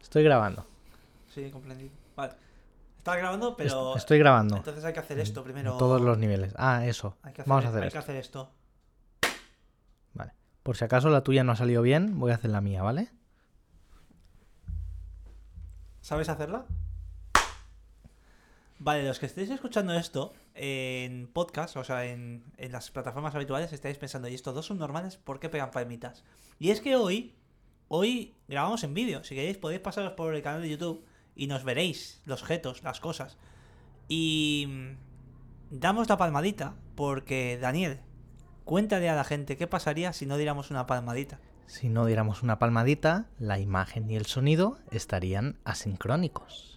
Estoy grabando. Sí, comprendí. Vale. Estaba grabando, pero. Est- Estoy grabando. Entonces hay que hacer esto primero. En todos los niveles. Ah, eso. Hay que Mm, Vamos a hacer hay esto. que hacer esto. Vale. Por si acaso la tuya no ha salido bien, voy a hacer la mía, ¿vale? ¿Sabes hacerla? Vale, los que estéis escuchando esto en podcast, o sea, en, en las plataformas habituales, estáis pensando, ¿y estos dos son normales? ¿Por qué pegan palmitas? Y es que hoy, hoy grabamos en vídeo. Si queréis, podéis pasaros por el canal de YouTube y nos veréis los jetos, las cosas. Y mm, damos la palmadita porque, Daniel, cuéntale a la gente qué pasaría si no diéramos una palmadita. Si no diéramos una palmadita, la imagen y el sonido estarían asincrónicos.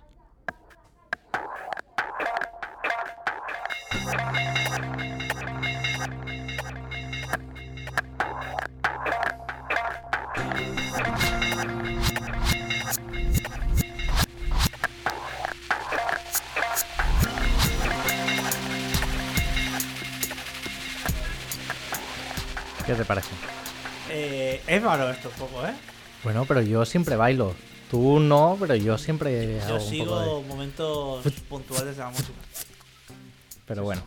¿Qué te parece? Eh, es malo esto un poco, ¿eh? Bueno, pero yo siempre bailo. Tú no, pero yo siempre hago Yo un poco de- Pues sigo momentos puntuales de la música. Pero bueno.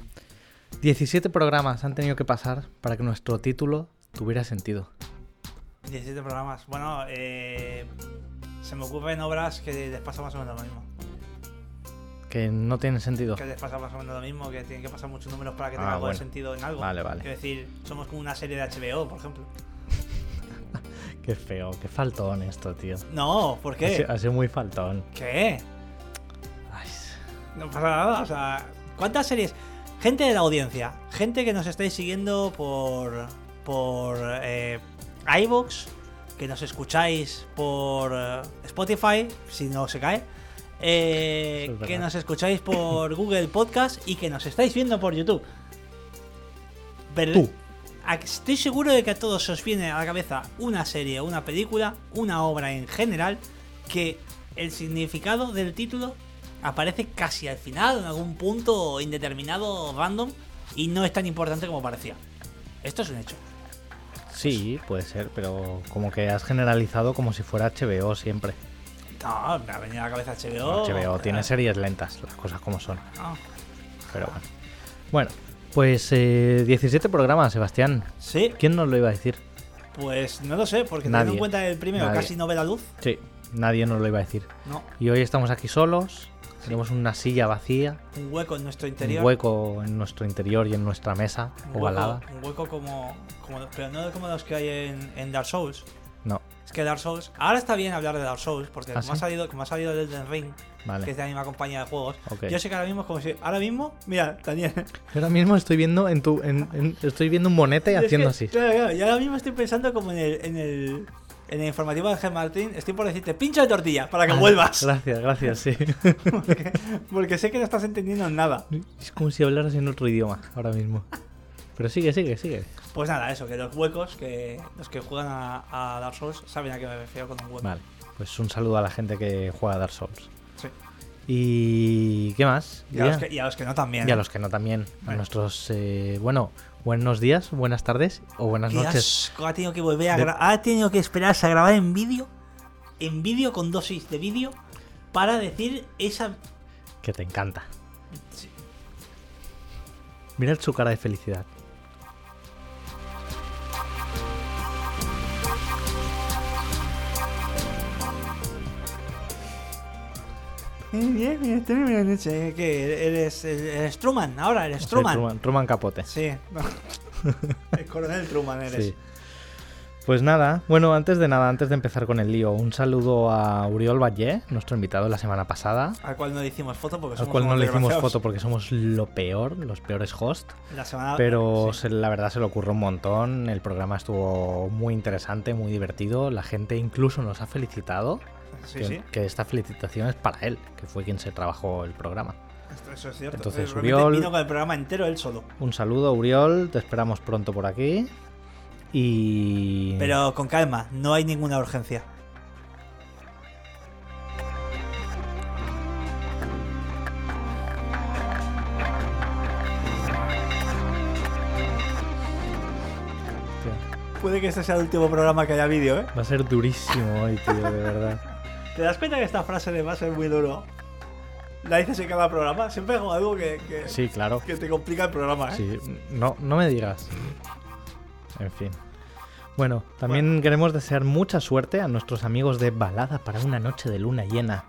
17 programas han tenido que pasar para que nuestro título tuviera sentido. 17 programas. Bueno, eh, se me ocurren obras que les pasa más o menos lo mismo. Que no tiene sentido. Que les pasa más o menos lo mismo, que tienen que pasar muchos números para que Ah, tenga algo de bueno. sentido en algo. Vale, vale. Quiero decir, somos como una serie de HBO, por ejemplo. Qué feo, qué faltón esto, tío. No, ¿por Ha qué? sido, ha sido muy faltón. ¿Qué? Ay, No pasa nada, o sea, ¿cuántas series? Gente de la audiencia, gente que nos estáis siguiendo por por eh, iVoox, que nos escucháis por eh, Spotify, si no se cae, eh, Eso es que verdad. nos escucháis por Google Podcast y que nos estáis viendo por YouTube. Ver- Tú. a- Estoy seguro de que a todos os viene a la cabeza una serie, una película, una obra en general, que el significado del título aparece casi al final, en algún punto indeterminado, random, y no es tan importante como parecía. Esto es un hecho. sí, puede ser, pero como que has generalizado como si fuera HBO siempre. No, me ha venido a la cabeza HBO. HBO tiene Ah, series lentas, las cosas como son. ah. Pero bueno. Bueno, pues eh, 17 programas, Sebastián. Sí, ¿Quién nos lo iba a decir? pues no lo sé, porque Nadie. teniendo en cuenta el primero Nadie. casi no ve la luz. Sí, nadie nos lo iba a decir. No, Y hoy estamos aquí solos, tenemos una silla vacía, un hueco en nuestro interior. un hueco en nuestro interior y en nuestra mesa Un ovalada. hueco, un hueco como, como- Pero no como los que hay en, en Dark Souls. No, Es que Dark Souls. Ahora está bien hablar de Dark Souls, porque ¿Ah, como, ha sí? salido, como ha salido el Elden Ring, que es vale. de la misma compañía de juegos. Ok. Yo sé que ahora mismo es como si. Ahora mismo, mira, Daniel. Ahora mismo estoy viendo en tu, en- en- estoy viendo un monete es que- haciendo así. Claro, claro, yo ahora mismo estoy pensando como en el. En el en el informativo de Ángel Martín, estoy por decirte pincho de tortilla para que Ah, vuelvas. Gracias, gracias, sí. Porque, porque sé que no estás entendiendo nada. Es como si hablaras en otro idioma ahora mismo. Pero sigue, sigue, sigue. Pues nada, eso, que los huecos, que los que juegan a, a Dark Souls saben a qué me refiero con un hueco. Vale, pues un saludo a la gente que juega a Dark Souls. Sí. ¿Y qué más? Y a, los Ya. que, y a los que no también. ¿eh? Y a los que no también. A Vale. nuestros, eh, bueno, buenos días, buenas tardes o buenas Qué noches. asco, ha tenido que volver a De- gra- Ha tenido que esperarse a grabar en vídeo. En vídeo con dosis de vídeo. Para decir esa. Que te encanta. Sí. Mirad su cara de felicidad. Eh, Bien, bien, bien, bien, bien, bien, sí, eh, que eres el, el Truman, ahora eres Soy Truman. Truman, Truman Capote. Sí, no. el coronel Truman eres. Sí. Pues nada, bueno, antes de nada, antes de empezar con el lío, un saludo a Uriol Valle, nuestro invitado de la semana pasada, Al cual no le hicimos foto porque al Pues somos cual no unos le hicimos desgraciados. foto porque somos lo peor, los peores hosts, La semana. pero Ah, sí. se- la verdad se le ocurrió un montón, el programa estuvo muy interesante, muy divertido, la gente incluso nos ha felicitado, Sí, que, sí. que esta felicitación es para él, que fue quien se trabajó el programa. Esto- Eso es cierto. Eh, Entonces, Realmente Uriol- vino con el programa entero él solo. Un saludo, Uriol, te esperamos pronto por aquí. Y... Pero con calma, no hay ninguna urgencia. Hostia, Puede que este sea el último programa que haya vídeo, ¿eh? este ¿eh? va a ser durísimo hoy, tío, de verdad. ¿Te das cuenta que esta frase de base es muy duro? La dices en cada programa. Siempre hago algo que, que, Sí, claro. que te complica el programa, ¿eh? Sí, no, no me digas. En fin. Bueno, también queremos desear mucha suerte a nuestros amigos de Balada para una noche de luna llena,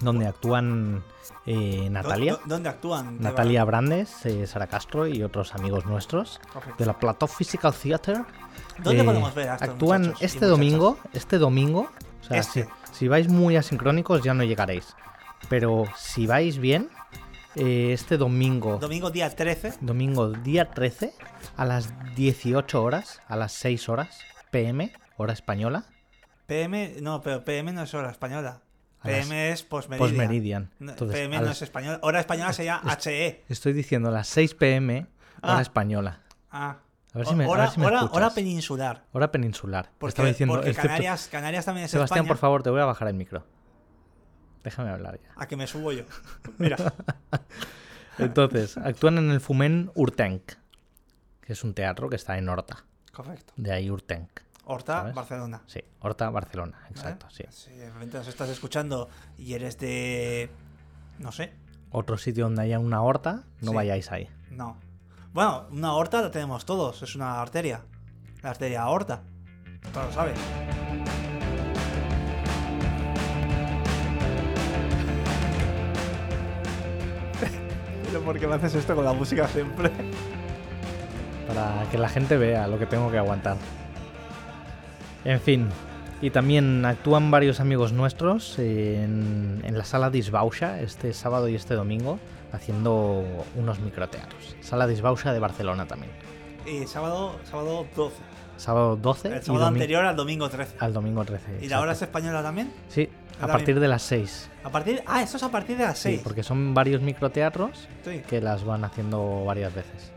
donde actúan eh, ¿Dó- Natalia, dó- ¿Dónde actúan? Natalia Brandes, eh, Sara Castro y otros amigos nuestros Perfecto. de la Plateau Physical Theater. ¿Dónde podemos ver a estos Eh, Actúan muchachos y este muchachas? domingo, este domingo. O sea, Este. si, si vais muy asincrónicos ya no llegaréis. Pero si vais bien, eh, este domingo Domingo día 13. domingo día 13 a las 18 horas, a las 6 horas, PM, hora española, PM, no, pero PM no es hora española. A las- PM es posmeridian. postmeridian. pues No, Entonces, PM a no las- es española. Hora española sería E. HE. estoy diciendo a las 6 PM, hora Ah. española. Ah. A ver si me- a hora, ver si me hora- escuchas. hora peninsular. Hora peninsular. Porque, Estaba diciendo, porque excepto- Canarias, Canarias también es Sebastián, España. por favor, te voy a bajar el micro. Déjame hablar ya. A que me subo yo. Mira. Entonces, actúan en el Fumen Urtenc, que es un teatro que está en Horta. Correcto. De ahí Urtenc. Horta, ¿Sabes? Barcelona. Sí, Horta, Barcelona, exacto, ¿Eh? sí. Si de repente nos estás escuchando y eres de. No sé. Otro sitio donde haya una horta, no Sí. vayáis ahí. No. Bueno, una horta la tenemos todos. Es una arteria. La arteria aorta. Tú lo sabes. Pero porque me haces esto con la música siempre. para que la gente vea lo que tengo que aguantar. En fin, y también actúan varios amigos nuestros en, en la sala Disbauxa este sábado y este domingo haciendo unos microteatros. Sala Disbauxa de Barcelona también. Y sábado, sábado 12. Sábado 12 El y sábado domi- anterior al domingo 13. al domingo 13. ¿Y la exacto. hora es española también? Sí, a la partir de las 6. A partir. Ah, esto es a partir de las 6. porque son varios microteatros Sí. que las van haciendo varias veces.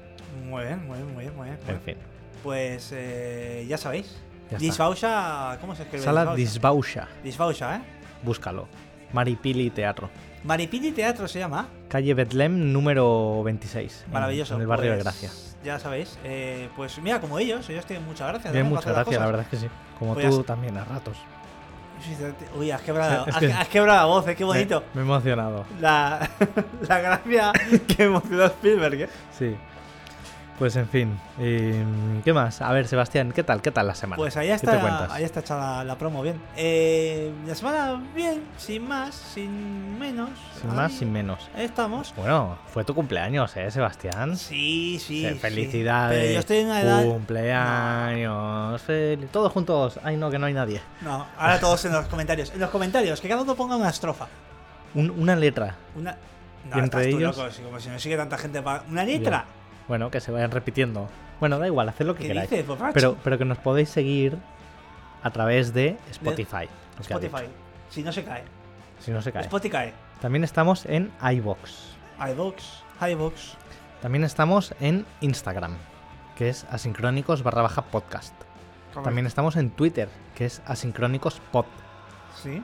Muy bien, muy bien, muy bien, muy bien. En fin. Pues eh, ya sabéis. Ya está. Disbaucha, ¿cómo se escribe? Sala Disbaucha? Disbauxa, Disbaucha, ¿eh? búscalo. Maripili Teatro. Maripili Teatro se llama. Calle Betlem número 26. en- Maravilloso. En el barrio de pues, Gracia. Ya sabéis. Eh, pues mira, como ellos, ellos tienen mucha gracia. Bien, también para muchas hacer gracias, la las verdad es que sí. Como Pues ya tú está. también, a ratos. cosas. Uy, has quebrado, Es has, que- has quebrado la voz, eh, qué bonito. Me, me he emocionado. La, la gracia que emocionó a Spielberg, ¿eh? Sí. Pues en fin. eh, ¿Qué más? A ver, Sebastián, ¿qué tal? ¿Qué tal la semana? Pues ahí ¿Qué te cuentas? está, ahí está hecha la, la promo, bien. Eh, la semana, bien, sin más, sin menos. Sin más, Ahí sin menos. Estamos. Bueno, fue tu cumpleaños, ¿eh, Sebastián? Sí, sí. Eh, sí. Felicidades. Pero yo estoy en una edad. Cumpleaños. fel- Todos juntos. Ay, no, que no hay nadie. No, ahora todos en los comentarios. En los comentarios, que cada uno ponga una estrofa. Un- una letra. Una. No, ¿Y estás entre tú ellos? loco, si- como si no sigue tanta gente para. ¿Una letra? Bueno, que se vayan repitiendo. Bueno, da igual, haced lo que ¿Qué queráis. dices, Pues, borracho? Pero, pero que nos podéis seguir a través de Spotify. lo que ha Spotify. dicho. Si no se cae. Si no se cae. Spotify cae. También estamos en iBox. iVox. iVox. También estamos en Instagram, que es asincrónicos barra baja podcast. También estamos en Twitter, que es asincrónicos pod. Sí.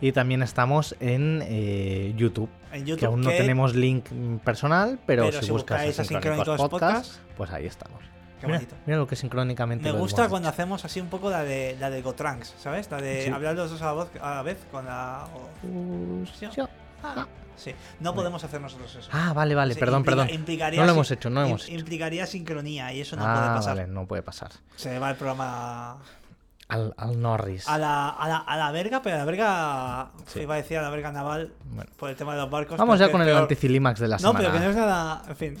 Y también estamos en eh, YouTube, En YouTube. que aún no que- tenemos link mm, personal, pero, Pero si buscáis Asincrónicos pues ahí estamos. Qué mira, bonito. mira lo que sincrónicamente Me lo hemos gusta hecho. cuando hacemos así un poco la de la de Gotranks, ¿sabes? La de Sí. hablar los dos a la, voz, a la vez con la. o- Fusión. sí. No podemos hacer nosotros eso. Ah, vale, vale, Sí, perdón, implica- perdón. implicaría No lo sin- hemos hecho, no lo im- hemos hecho. Implicaría sincronía y eso no ah, puede pasar. vale, no puede pasar. Se va el programa Al, al Norris. a la, a la, a la verga, pero a la verga. Sí. Iba a decir a la verga naval Bueno. por el tema de los barcos. Vamos pero ya pues que con el peor. anticilímax de la No, semana. pero que no es nada. En fin.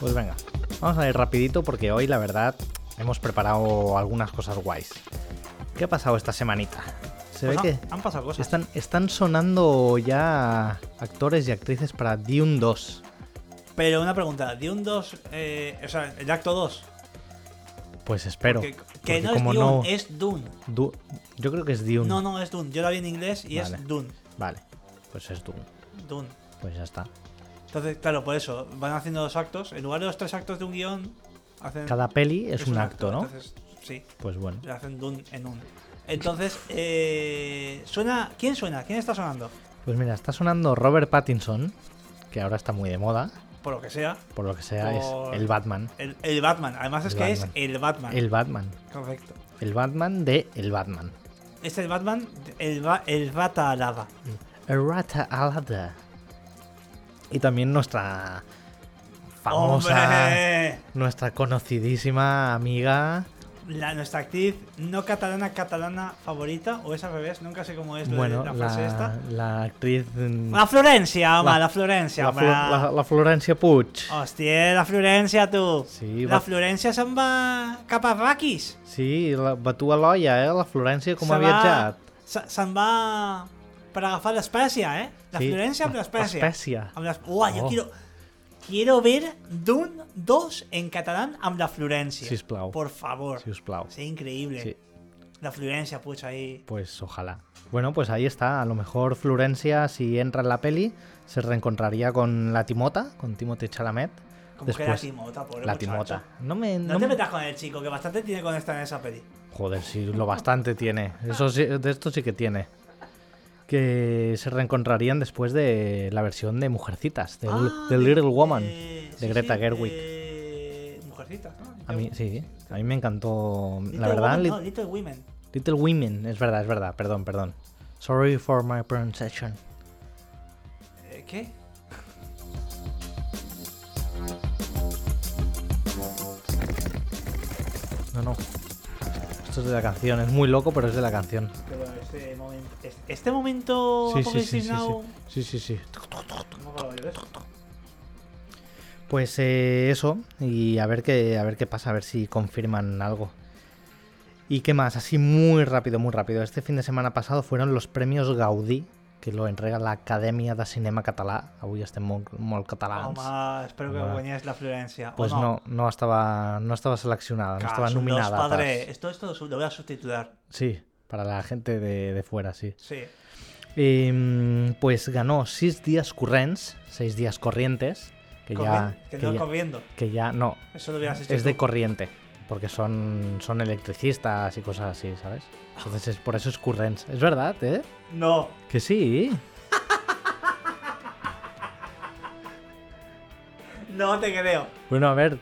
Pues venga, vamos a ir rapidito porque hoy la verdad hemos preparado algunas cosas guays. ¿Qué ha pasado esta semanita? Se Pues ve han- que han pasado cosas. están, están sonando ya actores y actrices para Dune 2. Pero una pregunta: ¿de un 2, o sea, el acto 2, Pues espero. que, que porque no es como Dune, no- es Dune. Du- yo creo que es Dune. No, no, es Dune. Yo la vi en inglés y Vale. es Dune. Vale, pues es Dune. Dune. Pues ya está. Entonces, claro, por eso, van haciendo dos actos. En lugar de los tres actos de un guión, hacen. Cada peli es, un, acto, ¿no? Entonces, sí, Pues bueno. le hacen Dune en un. Entonces, eh, suena. ¿Quién suena? ¿Quién está sonando? Pues mira, está sonando Robert Pattinson, que ahora está muy de moda. por lo que sea. Por lo que sea, Por- es el Batman. El, el Batman. Además es El que Batman. es el Batman. El Batman. Correcto. El Batman de El Batman. Es el Batman, el, ba- el bata alada. Errata Alada. Y también nuestra famosa, ¡Hombre! nuestra conocidísima amiga. La, nuestra actriz no catalana, catalana favorita, o es al revés, nunca sé cómo es lo de bueno, la la, frase esta. la actriz. mm, La Florencia, home, La- la, Florencia, la, home. Flo- la- la Florencia Puig. Hòstia, la Florencia, tu. Sí, la va- Florencia se'n va cap a Raquis. Sí, la, va tu a l'olla, eh? La Florència com Se ha viatjat. Va, se- se'n va per agafar l'espècia, eh? La sí, Florencia amb la- l'espècia. l'espècia. Amb les... Uah, jo Oh. quiero... Quiero ver d'un, dos en catalán amb la Florencia. Sisplau. Por favor. Si us plau. Sí, increíble. Sí. La Florencia, pucha, ahí. Pues ojalá. Bueno, pues ahí está. A lo mejor Florencia, si entra en la peli, se reencontraría con la Timota, con Timothée Chalamet. Como Después, que la Timota, pobre La muchacho. Timota. No me. pues eh? No, no te me- metas con el chico, que bastante tiene con esta en esa peli. Joder, sí, lo bastante tiene. Eso sí- de esto sí que tiene. Que se reencontrarían después de la versión de Mujercitas, de, Ah, The Little Woman, eh, de sí, Greta sí, Gerwig. eh, Mujercitas, ¿no? A mí, sí, a mí me encantó. Little la verdad, Woman, Lit- no, Little Women. Little Women, es verdad, es verdad, perdón, perdón. Sorry for my pronunciation. Eh, ¿Qué? No, no. Esto es de la canción, es muy loco, pero es de la canción. Pero este momento. Este, este momento. Sí, sí, Apocalypse sí, sí, Now, sí. Sí, sí, sí. ¿cómo acabo yo de eso? Pues eh, eso, y a ver, qué, a ver qué pasa, a ver si confirman algo. ¿Y qué más? Así muy rápido, muy rápido. Este fin de semana pasado fueron los premios Gaudí, que lo entrega la Acadèmia de Cinema Català. Avui estem molt, molt catalans. Home, espero que Home. guanyés la Florencia. ¿o pues no, no, estaba, no estaba seleccionada, no estaba Cas, los nominada. Padre. pas. Esto, esto lo voy a subtitular. Sí, para la gente de, de fuera, sí. Sí. Em, pues ganó seis días corrents, seis días corrientes, que ya... Corri- que que no ya- corriendo. que ya no, Eso lo hubieras hecho. es de tú. corriente, porque son, son electricistas y cosas así, ¿sabes? Entonces es, por eso es currents. Es verdad, ¿eh? No. Que sí. No te creo. Bueno, a ver,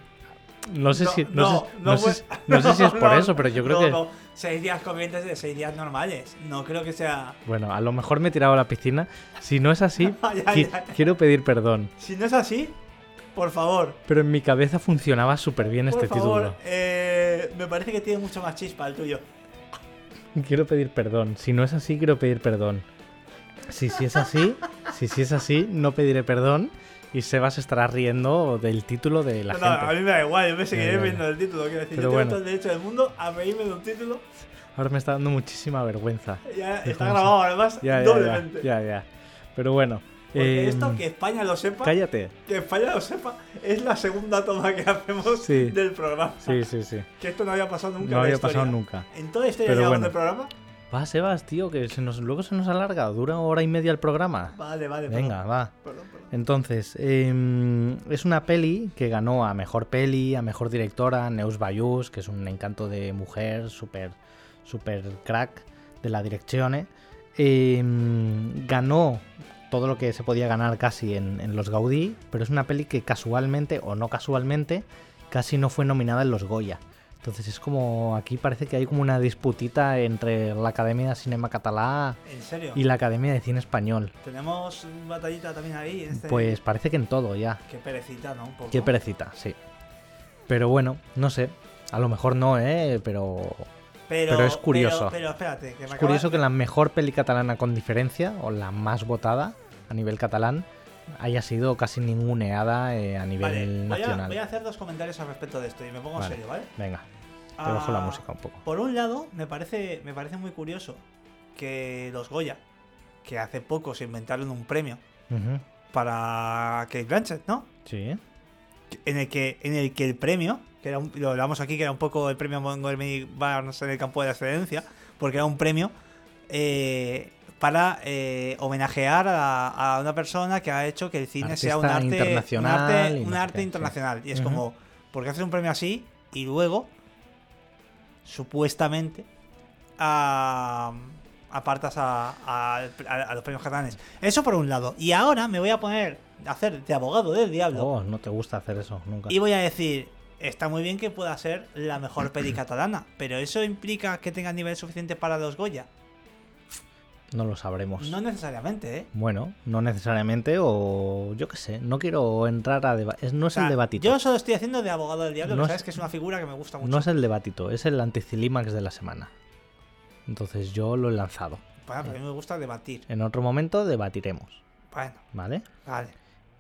no sé si no, sé, no sé fue- si- no sé si es por no, eso, pero yo creo no, que no. Seis días corrientes de seis días normales. No creo que sea. bueno, a lo mejor me he tirado a la piscina. Si no es así, Ya, qui- ya. quiero pedir perdón. Si no es así, por favor. Pero en mi cabeza funcionaba súper bien por este favor, título. eh, me parece que tiene mucho más chispa el tuyo. Quiero pedir perdón. Si no es así, quiero pedir perdón. Si sí es así, si sí es así, no pediré perdón y Sebas estará riendo del título de la No, no, gente. a mí me da igual, yo me seguiré Ya, ya, ya. viendo el título. Quiero decir, Pero yo bueno. tengo todo el derecho del mundo a reírme de un título. Ahora me está dando muchísima vergüenza. Ya Sí, está Juanse. grabado, además, Ya, ya, ya, doblemente. ya, ya. Pero bueno. Porque eh, esto, que España lo sepa, Cállate. que España lo sepa, es la segunda toma que hacemos Sí. del programa. Sí, sí, sí. Que esto no había pasado nunca. en No la había historia. pasado nunca. En toda la historia Pero que bueno. del programa. Va, Sebas, tío, que se nos, luego se nos alarga. Dura hora y media el programa. Vale, vale. Venga, va. perdón, perdón, perdón. Entonces, eh, es una peli que ganó a mejor peli, a mejor directora, Neus Bayus, que es un encanto de mujer, súper super crack de la dirección. ¿eh? Em, ganó todo lo que se podía ganar casi en, en los Gaudí, pero es una peli que casualmente o no casualmente casi no fue nominada en los Goya. Entonces es como, aquí parece que hay como una disputita entre la Academia de Cinema Catalá En serio. y la Academia de Cine Español. Tenemos batallita también ahí. en Este... Pues parece que en todo ya. Qué perecita, ¿no? Un poco. Qué perecita, sí. Pero bueno, no sé. A lo mejor no, ¿eh? Pero Pero, pero es curioso. Pero, pero espérate, que me es acaba- curioso que la mejor peli catalana con diferencia, o la más votada a nivel catalán, haya sido casi ninguneada eh, a nivel Vale, voy a, nacional. voy a hacer dos comentarios al respecto de esto y me pongo en Vale. serio, ¿vale? Te Venga, te bajo la música un poco. Ah, Por un lado, me parece, me parece muy curioso que los Goya, que hace poco se inventaron un premio Ujú, para Kate Blanchett, ¿no? Sí. En el que, en el, que el premio, que era un- lo hablamos aquí, que era un poco el premio Montgomery Barnes en el campo de la excelencia, porque era un premio eh, para eh, homenajear a, a una persona que ha hecho que el cine sea un Artista arte internacional un arte, y un no sé arte qué, sí. internacional. Y es Ujú. como, ¿por qué haces un premio así? Y luego, supuestamente, a- apartas a, a- a- a los premios catalanes. Eso por un lado. Y ahora me voy a poner hacer de abogado del diablo. Oh, no te gusta hacer eso nunca. Y voy a decir, está muy bien que pueda ser la mejor peli catalana, pero eso implica que tenga nivel suficiente para los Goya. No lo sabremos. No necesariamente, ¿eh? Bueno, Pues no necesariamente, o yo qué sé, no quiero entrar a deba- es- No O es sea, el debatito. Yo solo estoy haciendo de abogado del diablo, No pero es- sabes que es una figura que me gusta mucho. No es el debatito, es el anticilímax de la semana. Entonces yo lo he lanzado. Bueno, pero a mí me gusta debatir. En otro momento debatiremos, Bueno, ¿vale? vale.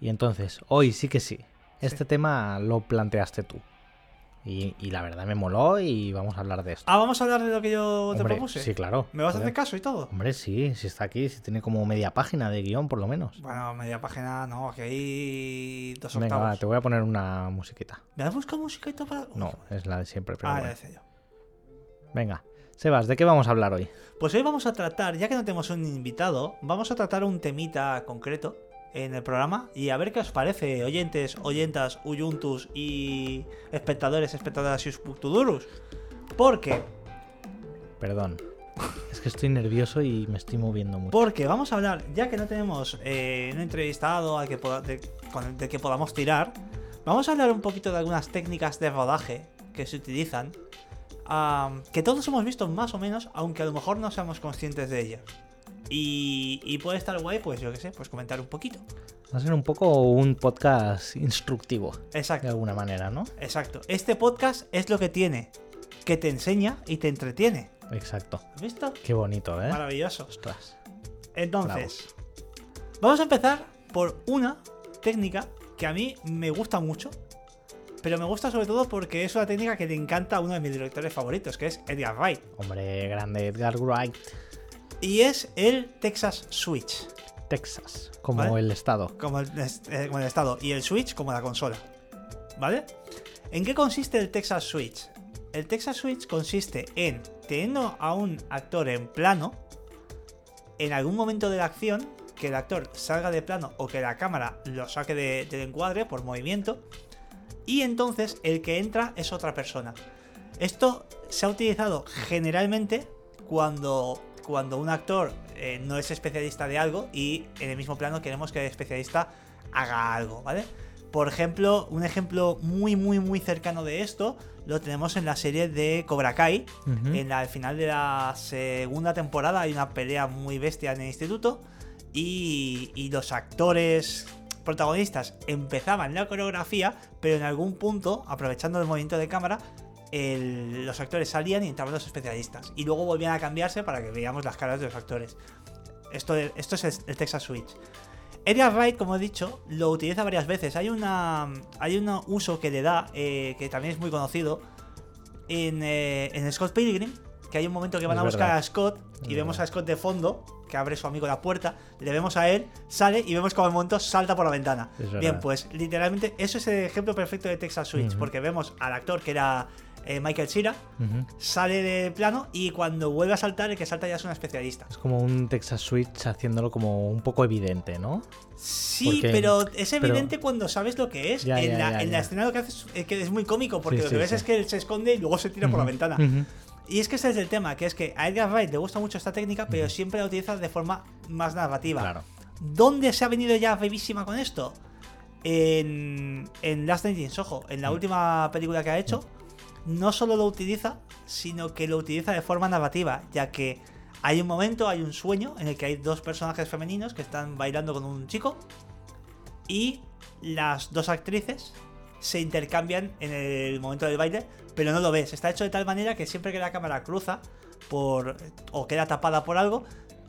Y entonces, hoy sí que sí. Este tema lo planteaste tú. Y, y la verdad me moló y vamos a hablar de esto. Ah, vamos a hablar de lo que yo te Hombre, propuse. Sí, claro. ¿Me vas a Joder. hacer caso y todo? Hombre, sí, si está aquí, si tiene como media página de guión por lo menos. Bueno, media página, no, que hay dos Venga, va, octavos. te voy a poner una musiquita. ¿Me has buscado música y todo para.? No, es la de siempre, pero Ah, ya bueno. decía yo. Venga. Sebas, ¿de qué vamos a hablar hoy? Pues hoy vamos a tratar, ya que no tenemos un invitado, vamos a tratar un temita concreto en el programa y a ver qué os parece, oyentes, oyentas, uyuntus y espectadores, espectadoras y uspuctudurus. Porque, Perdón. Es que estoy nervioso y me estoy moviendo mucho. porque vamos a hablar, ya que no tenemos eh, un entrevistado al que poda- de, con el de que podamos tirar, vamos a hablar un poquito de algunas técnicas de rodaje que se utilizan, am, que todos hemos visto más o menos, aunque a lo mejor no seamos conscientes de ellas. Y, y puede estar guay, pues yo qué sé, pues comentar un poquito. Va a ser Pues un poco un podcast instructivo, de Exacto, alguna manera, ¿no? exacto. Este podcast es lo que tiene, que te enseña y te entretiene. Exacto. ¿Has visto? Qué bonito, ¿eh? Maravilloso. Ostras. Entonces, vamos a empezar por una técnica que a mí me gusta mucho, pero me gusta sobre todo porque es una técnica que le encanta a uno de mis directores favoritos, que es Edgar Wright, Hombre, grande Edgar Wright, y es el Texas Switch, Texas, como Vale. el estado. como el, eh, como el estado, y el Switch como la consola. ¿Vale? ¿En qué consiste el Texas Switch? El Texas Switch consiste en teniendo a un actor en plano, en algún momento de la acción, que el actor salga de plano o que la cámara lo saque de- del encuadre por movimiento, y entonces el que entra es otra persona. Esto se ha utilizado generalmente cuando, cuando un actor eh, no es especialista de algo y en el mismo plano queremos que el especialista haga algo, ¿vale? Por ejemplo, un ejemplo muy, muy, muy cercano de esto lo tenemos en la serie de Cobra Kai, Ujú. en la- al final de la segunda temporada hay una pelea muy bestia en el instituto y, y los actores protagonistas empezaban la coreografía, pero en algún punto, aprovechando el movimiento de cámara, el- los actores salían y entraban los especialistas. Y luego volvían a cambiarse para que veamos las caras de los actores. Esto, esto es el, el Texas Switch. Edgar Wright, como he dicho, lo utiliza varias veces. Hay, una, hay un uso que le da, eh, que también es muy conocido, en, eh, en Scott Pilgrim, que hay un momento que van Es a buscar verdad. a Scott y Es vemos verdad. a Scott de fondo, que abre su amigo la puerta, le vemos a él, sale y vemos como al momento salta por la ventana. Es verdad. Bien, pues literalmente eso es el ejemplo perfecto de Texas Switch, Ujú. porque vemos al actor que era eh, Michael Cera, Ujú. sale de plano y cuando vuelve a saltar, el que salta ya es un especialista. Es como un Texas Switch haciéndolo como un poco evidente, ¿no? Sí, Porque- pero es pero- evidente cuando sabes lo que es. Ya, en ya, la, ya, en la ya. escena lo que haces es que es muy cómico, porque Sí, lo que sí, ves sí. es que él se esconde y luego se tira por la Ujú. ventana. Ujú. Y es que ese es el tema, que es que a Edgar Wright le gusta mucho esta técnica, pero siempre la utiliza de forma más narrativa. Claro. ¿Dónde se ha venido ya bebísima con esto? En, en Last Night in Soho, en Mm. la última película que ha hecho, no solo lo utiliza, sino que lo utiliza de forma narrativa, ya que hay un momento, hay un sueño en el que hay dos personajes femeninos que están bailando con un chico y las dos actrices se intercambian en el momento del baile, pero no lo ves. Está hecho de tal manera que siempre que la cámara cruza por o queda tapada por algo,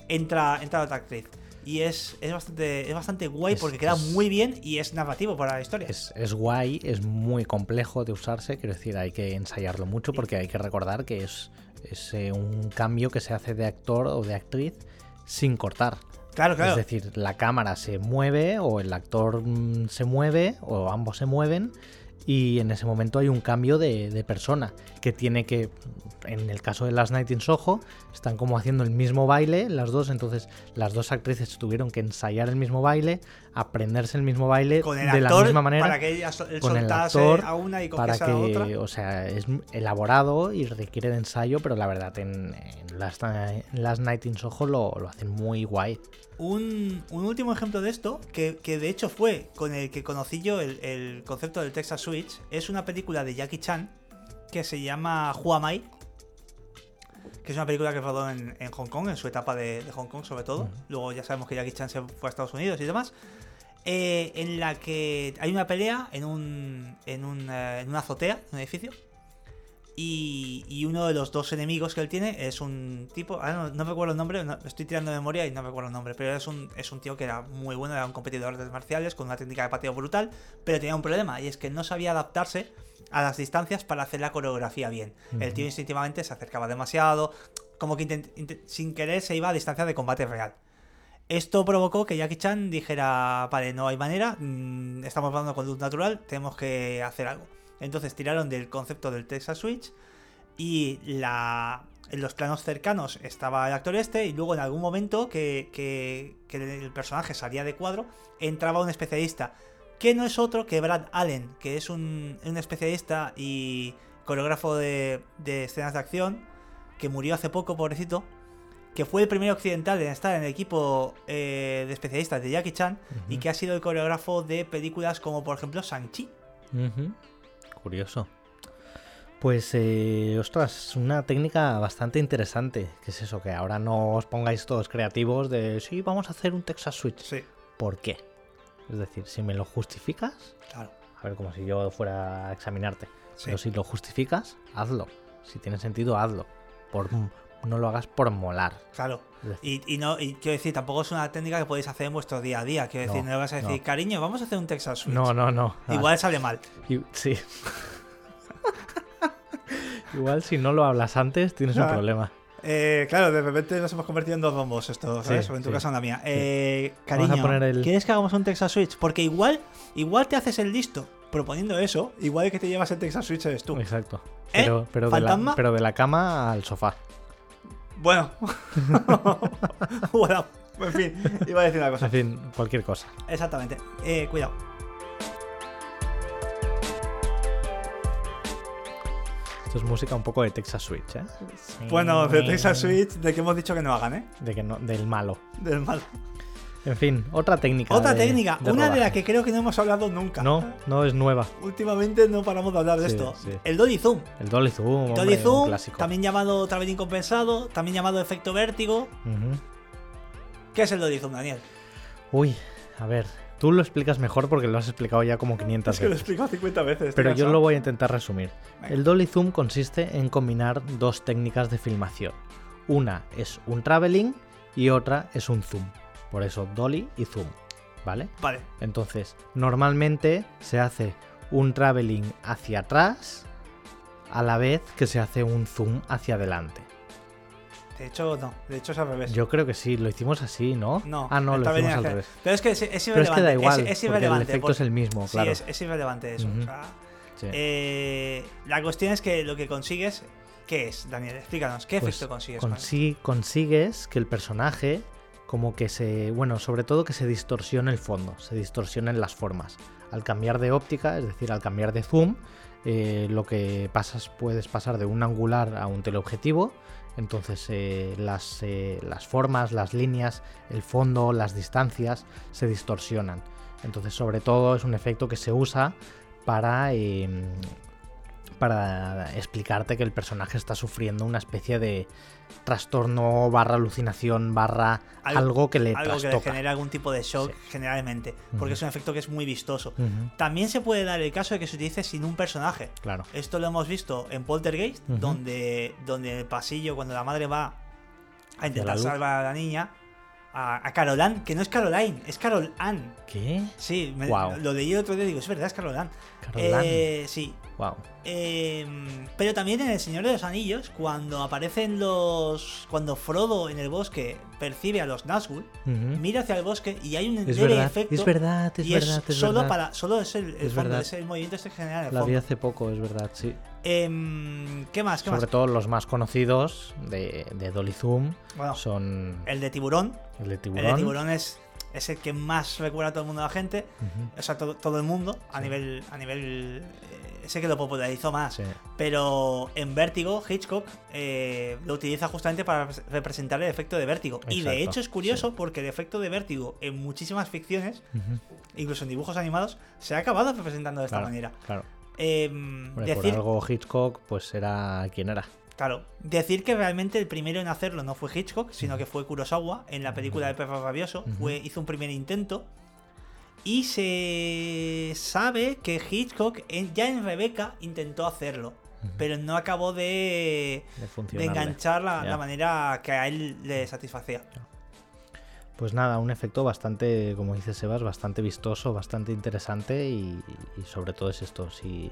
entra, entra la otra actriz. Y es, es bastante, es bastante guay Es- porque queda es- muy bien y es narrativo para la historia. Es, es guay, es muy complejo de usarse, quiero decir, hay que ensayarlo mucho porque hay que recordar que es, es, eh, un cambio que se hace de actor o de actriz sin cortar. claro, claro. Es decir, la cámara se mueve o el actor mm, se mueve o ambos se mueven y en ese momento hay un cambio de, de persona que tiene que, en el caso de Last Night in Soho, están como haciendo el mismo baile las dos, entonces las dos actrices tuvieron que ensayar el mismo baile, aprenderse el mismo baile Con el de actor, la misma manera. Para que ella sol- él con el soltase actor, a una y para cogiese a otra. que, o sea, es elaborado y requiere de ensayo, pero la verdad en, en Last, Ni- Last Night in Soho lo, lo hacen muy guay. Un, un último ejemplo de esto, que, que de hecho fue con el que conocí yo el, el concepto del Texas Switch, es una película de Jackie Chan que se llama Huamai, que es una película que rodó en, en Hong Kong, en su etapa de, de Hong Kong sobre todo. Ujú. Luego ya sabemos que Jackie Chan se fue a Estados Unidos y demás. eh, en la que hay una pelea en, un, en, un, eh, en una azotea, en un edificio. Y, y uno de los dos enemigos que él tiene es un tipo. Ah, no, no recuerdo el nombre, no- estoy tirando de memoria y no recuerdo el nombre. Pero es un, es un tío que era muy bueno, era un competidor de artes marciales con una técnica de pateo brutal. Pero tenía un problema y es que no sabía adaptarse a las distancias para hacer la coreografía bien. El tío instintivamente se acercaba demasiado, como que intent- inte- sin querer se iba a distancia de combate real. Esto provocó que Jackie Chan dijera, vale, no hay manera, mm, estamos hablando con luz natural, tenemos que hacer algo. Entonces tiraron del concepto del Texas Switch y la, en los planos cercanos estaba el actor este y luego en algún momento que, que- que el personaje salía de cuadro, entraba un especialista, que no es otro que Brad Allen, que es un, un especialista y coreógrafo de, de escenas de acción, que murió hace poco, pobrecito, que fue el primer occidental en estar en el equipo eh, de especialistas de Jackie Chan y Ujú. que ha sido el coreógrafo de películas como por ejemplo Shang-Chi. Ujú. Curioso. Pues, eh, ostras, una técnica bastante interesante. Que es eso? Que ahora no os pongáis todos creativos de, sí, vamos a hacer un Texas Switch. Sí, ¿Por qué? Es decir, si me lo justificas, claro. a ver, como si yo fuera a examinarte. Sí. Pero si lo justificas, hazlo. Si tiene sentido, hazlo. Por, no lo hagas por molar. Claro. Es decir, Y, y no, y quiero decir, tampoco es una técnica que podéis hacer en vuestro día a día. Quiero No, decir, no le vas a decir, no. cariño, vamos a hacer un Texas Switch. No, no, no. Igual sale mal. Y- sí. Igual si no lo hablas antes, tienes un Ah. problema. Eh, claro, de repente nos hemos convertido en dos bombos esto, ¿sabes? Sí, en tu sí. casa en la mía. Eh, cariño, Vamos a poner el- ¿quieres que hagamos un Texas Switch? Porque igual, igual te haces el listo proponiendo eso, igual el que te llevas el Texas Switch eres tú. Exacto. ¿Eh? Pero, pero, de la, ¿Fantasma? pero de la cama al sofá. Bueno. bueno, en fin, iba a decir una cosa. En fin, cualquier cosa. Exactamente. Eh, cuidado. Esto es música un poco de Texas Switch, ¿eh? Bueno, de Texas Switch, de que hemos dicho que no hagan, ¿eh? De que no, del malo. Del mal. En fin, otra técnica. Otra de- técnica, de una de rodaje. las que creo que no hemos hablado nunca. No, no es nueva. Últimamente no paramos de hablar de Sí, esto. sí. El Dolly Zoom. El Dolly Zoom. hombre, Dolly un Zoom, clásico. también llamado travel incompensado, también llamado efecto vértigo. Ujú. ¿Qué es el Dolly Zoom, Daniel? Uy, a ver, tú lo explicas mejor porque lo has explicado ya como 500 Es que lo he veces. explicado 50 veces. estoy Pero yo cansado. lo voy a intentar resumir. Venga. El dolly zoom consiste en combinar dos técnicas de filmación. Una es un traveling y otra es un zoom. Por eso dolly y zoom, ¿vale? Vale, Entonces, normalmente se hace un traveling hacia atrás a la vez que se hace un zoom hacia adelante. de hecho no, de hecho es al revés. Yo creo que sí, lo hicimos así, ¿no? No, ah, no, lo está hicimos bien al hacer- revés. Pero es que es, es Pero irrelevante. es que da igual, es, es porque el irrelevante. efecto por- es el mismo, Sí, claro. es, es irrelevante eso. Ujú. o sea, Sí. eh, la cuestión es que lo que consigues, ¿qué es, Daniel? Explícanos, ¿qué Pues efecto consigues? con eso? consi- consigues que el personaje como que se, bueno, sobre todo que se distorsione el fondo, se distorsionen las formas. Al cambiar de óptica, es decir, al cambiar de zoom, eh, lo que pasas puedes pasar de un angular a un teleobjetivo, entonces eh, las, eh, las formas, las líneas, el fondo, las distancias se distorsionan. Entonces, sobre todo es un efecto que se usa para em, para explicarte que el personaje está sufriendo una especie de trastorno barra alucinación barra Algo- algo, que le Algo que le trastoca. genera algún tipo de shock generalmente, porque Ujú. es un efecto que es muy vistoso. Ujú, También se puede dar el caso de que se utilice sin un personaje. Claro. Esto lo hemos visto en Poltergeist, Ujú. donde, donde en el pasillo, cuando la madre va a intentar luz. salvar a la niña, a, a Caroline, que no es Caroline, es Carol Ann. ¿Qué? Sí, me- Guau. lo leí el otro día y digo, es verdad, es Carol Ann. Carolan. Eh, sí. Wow. Eh, pero también en El Señor de los Anillos, cuando aparecen los. Cuando Frodo en el bosque percibe a los Nazgûl, mira hacia el bosque y hay un Es leve verdad, efecto. es verdad, es y verdad, es solo verdad. para. Solo es el, el Es fondo, verdad. es el movimiento este que genera en el La vi fondo. hace poco, es verdad, sí. Em, ¿Qué más? ¿Qué Sobre más? todo los más conocidos de, de Dolly Zoom Bueno, son el de tiburón. el de tiburón. El de tiburón es, es es el que más recuerda a todo el mundo a la gente, o sea, todo, todo el mundo, a nivel. a nivel eh, Sé que lo popularizó más, Sí. pero en Vértigo, Hitchcock eh, lo utiliza justamente para repres- representar el efecto de vértigo. y de Exacto, hecho es curioso porque el efecto de vértigo en muchísimas ficciones, Ujú. incluso en dibujos animados, se ha acabado representando de esta Claro, manera. Claro. Em, Hombre, Por decir, algo Hitchcock, pues era quien era. claro, decir que realmente el primero en hacerlo no fue Hitchcock, sino que fue Kurosawa en la película de Perro Rabioso. Ujú. fue- hizo un primer intento. Y se sabe que Hitchcock en- ya en Rebecca intentó hacerlo, Ujú. pero no acabó de, de de funcionarle. enganchar la, Ya. la manera que a él le satisfacía. Pues nada, un efecto bastante, como dice Sebas, bastante vistoso, bastante interesante y, y sobre todo es esto, si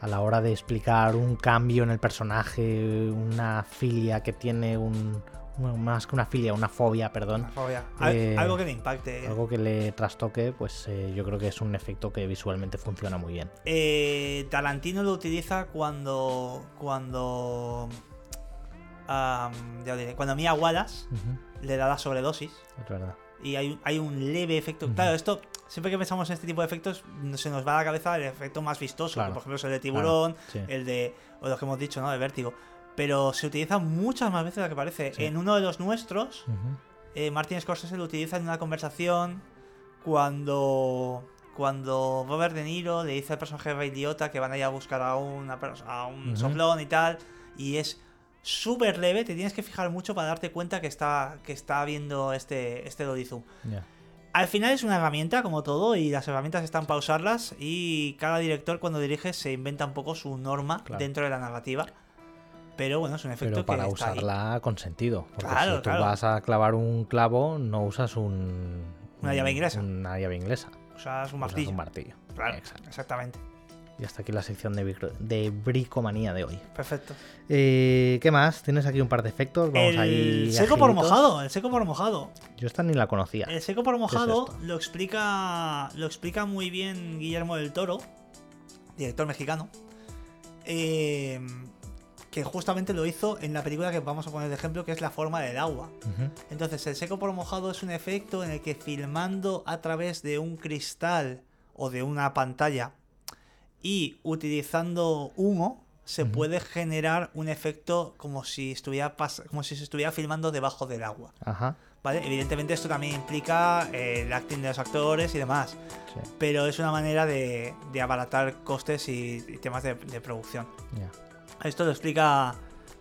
a la hora de explicar un cambio en el personaje, una filia que tiene un... bueno, más que una filia, una fobia, perdón. Una fobia. Al- Eh, algo que le impacte. Algo que le trastoque, pues eh, yo creo que es un efecto que visualmente funciona muy bien. Eh, Tarantino lo utiliza cuando. cuando. am, ya lo diré, Cuando Mia Wallace le da la sobredosis. Es verdad. Y hay, un- hay un leve efecto. Ujú. Claro, esto. Siempre que pensamos en este tipo de efectos, no- se nos va a la cabeza el efecto más vistoso. Claro. que, por ejemplo, es el de tiburón, Eh, Sí. el de. o los que hemos dicho, ¿no? De vértigo. Pero se utiliza muchas más veces de lo que parece. Sí. En uno de los nuestros, Ujú. eh, Martin Scorsese lo utiliza en una conversación cuando cuando Robert De Niro le dice al personaje de idiota que van a ir a buscar a, una, pers- a un Ujú. soplón y tal y es súper leve te tienes que fijar mucho para darte cuenta que está que está viendo este este Lodi Zoom Ya. al final es una herramienta como todo y las herramientas están para usarlas y cada director cuando dirige se inventa un poco su norma Claro. dentro de la narrativa pero bueno es un efecto Pero para que está ahí. usarla con sentido. Porque Claro, si tú claro. vas a clavar un clavo, no usas un. Una llave inglesa. Una llave inglesa. o sea es un usas martillo un martillo. Claro, Exacto. exactamente Y hasta aquí la sección de, bicro- de bricomanía de hoy. perfecto Eh, ¿Qué más? Tienes aquí un par de efectos. Vamos el ahí. seco por agilitos. mojado, Eh. el seco por mojado. Yo esta ni la conocía. El seco por mojado esto? lo explica lo explica muy bien Guillermo del Toro, director mexicano, eh, que justamente lo hizo en la película que vamos a poner de ejemplo, que es La forma del agua. Ujú. Entonces, el seco por mojado es un efecto en el que filmando a través de un cristal o de una pantalla y utilizando humo se Ujú. puede generar un efecto como si estuviera pas- como si se estuviera filmando debajo del agua, Ajá. ¿vale? Evidentemente esto también implica eh, el acting de los actores y demás, Sí. pero es una manera de, de abaratar costes y, y temas de- de producción. Ya. Esto lo explica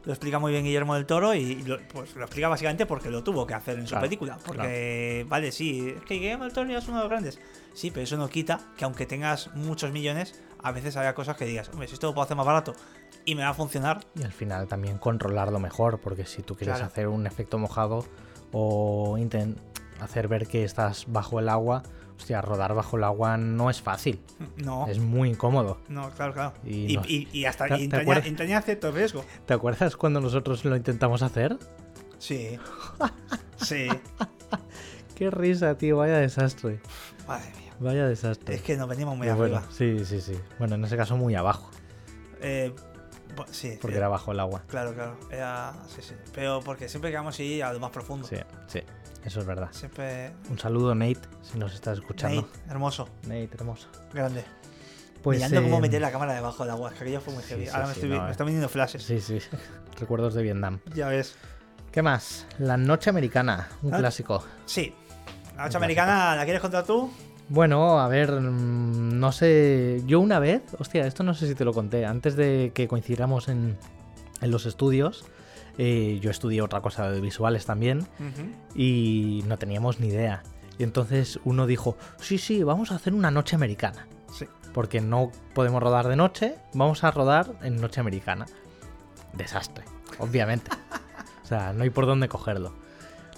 lo explica muy bien Guillermo del Toro y lo, pues lo explica básicamente porque lo tuvo que hacer en su Claro, película. Porque, vale, sí, es que Guillermo del Toro ya es uno de los grandes. Sí, pero eso no quita que aunque tengas muchos millones, a veces haya cosas que digas, hombre, si esto lo puedo hacer más barato y me va a funcionar, Y al final también controlarlo mejor, porque si tú quieres Claro. hacer un efecto mojado o inten- hacer ver que estás bajo el agua, hostia, rodar bajo el agua no es fácil, no. es muy incómodo. No, claro, claro. Y Y, no. y- y hasta ¿Te- te entraña, acuerdas? entraña cierto riesgo. ¿Te acuerdas cuando nosotros lo intentamos hacer? Sí. Sí. Qué risa, tío, vaya desastre, Madre mía. vaya desastre. Es que nos venimos muy Pero bueno, arriba. sí, sí, sí. Bueno, en ese caso muy abajo, Eh, bu- sí. porque eh, era bajo el agua. Claro, claro. Era- sí, sí. Pero porque siempre queremos ir a lo más profundo. Sí, sí, eso es verdad. Siempre. Un saludo, Nate, si nos estás escuchando. Nate, hermoso, Nate, hermoso. grande. Pues, Mirando cómo eh, meter la cámara debajo del agua, es que aquello fue muy Sí, heavy. sí, Ahora me, sí, estoy, no, me eh. están viniendo flashes. Sí, sí. Recuerdos de Vietnam. Ya ves. ¿Qué más? La noche americana, un Ah. clásico. Sí. La noche clásico. americana, ¿la quieres contar tú? Bueno, a ver, mm, no sé. Yo una vez, hostia, esto no sé si te lo conté, antes de que coincidamos en, en los estudios, eh, yo estudié otra cosa de visuales también y no teníamos ni idea. Y entonces uno dijo, sí, sí, vamos a hacer una noche americana. Sí. Porque no podemos rodar de noche, vamos a rodar en noche americana. Desastre, obviamente. o sea, no hay por dónde cogerlo.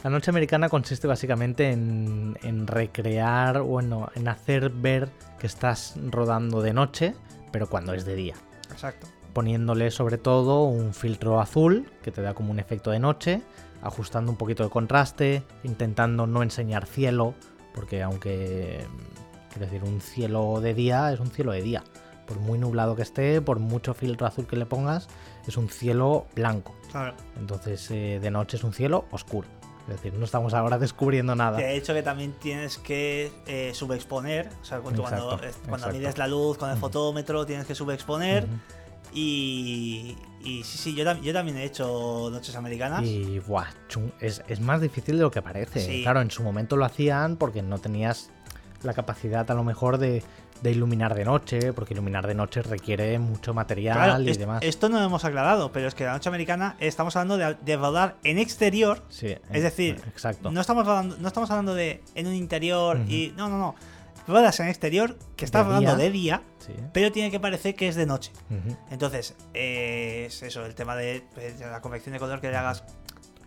La noche americana consiste básicamente en, en recrear, bueno, en hacer ver que estás rodando de noche, pero cuando es de día Exacto. poniéndole sobre todo un filtro azul que te da como un efecto de noche, ajustando un poquito de contraste, intentando no enseñar cielo, porque aunque, mm, quiero decir, un cielo de día es un cielo de día. Por muy nublado que esté, por mucho filtro azul que le pongas, es un cielo blanco. Claro. Entonces eh, de noche es un cielo oscuro. Es decir, no estamos ahora descubriendo nada. De hecho, que también tienes que eh, subexponer, o sea, cuando, Exacto, cuando, eh, cuando exacto. mides la luz con el fotómetro tienes que subexponer. Ujú. y, y sí, sí, yo, tam- yo también he hecho noches americanas. Y buah, chun- es, es más difícil de lo que parece. Sí. Claro, en su momento lo hacían porque no tenías la capacidad a lo mejor de, de iluminar de noche, porque iluminar de noche requiere mucho material Claro, y es- demás. esto no lo hemos aclarado, pero es que la noche americana estamos hablando de, de rodar en exterior. Sí, es decir, exacto. No estamos rodando, no estamos hablando de en un interior y. No, no, no. Rodas en exterior, que estás De rodando día. de día, Sí. pero tiene que parecer que es de noche. Ujú. Entonces, eh, es eso, el tema de, pues, de la convección de color que le hagas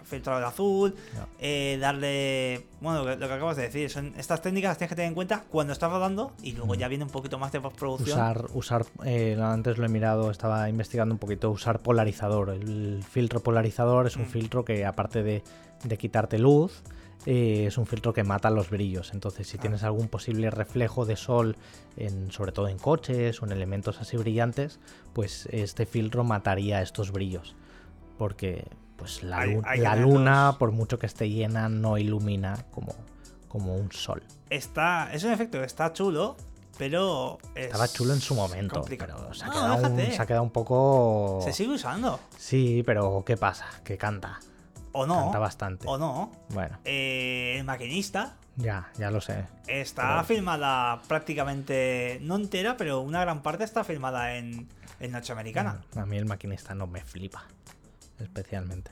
filtrado de azul, Ya. eh, darle... Bueno, lo que- lo que acabas de decir, son estas técnicas las tienes que tener en cuenta cuando estás rodando y luego ya viene un poquito más de postproducción. Usar, usar eh, antes lo he mirado, estaba investigando un poquito, usar polarizador. El filtro polarizador es un Mm. filtro que aparte de, de quitarte luz, eh, es un filtro que mata los brillos. Entonces, si Ah. tienes algún posible reflejo de sol, en, sobre todo en coches o en elementos así brillantes, pues este filtro mataría estos brillos. Porque pues la, Hay- lu- hay la luna, elementos- por mucho que esté llena, no ilumina como, como un sol. Está, es un efecto que está chulo, pero... es Estaba chulo en su momento, complicado. pero se ha, No, quedado un, déjate. se ha quedado un poco... Se sigue usando, Sí, pero ¿qué pasa? Que canta. o no, Canta bastante. o no. Bueno, Eh, el maquinista ya, ya lo sé. está Pero- filmada prácticamente, no entera, pero una gran parte está filmada en, en noche americana. Mm, A mí el maquinista no me flipa. Especialmente.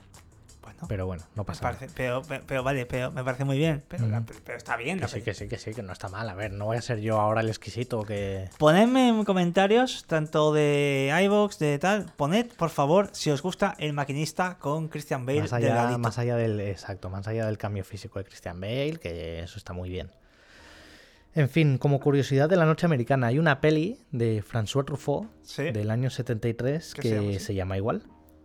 Bueno. Mm, Pero bueno, no Me pasa nada. parece- pero, pero, pero vale, pero me parece muy bien. Pero, la- Ujú. pero está bien. Que La sí, peli. que sí, que sí, que no está mal. A ver, no voy a ser yo ahora el exquisito que... Ponedme en comentarios, tanto de iVoox, de tal. Poned, por favor, si os gusta el maquinista con Christian Bale Más allá, delgadito. más allá del... Exacto, más allá del cambio físico de Christian Bale, que eso está muy bien. En fin, como curiosidad de la noche americana, hay una peli de François Truffaut Sí. del año 73 ¿Qué que se llama así? se llama igual,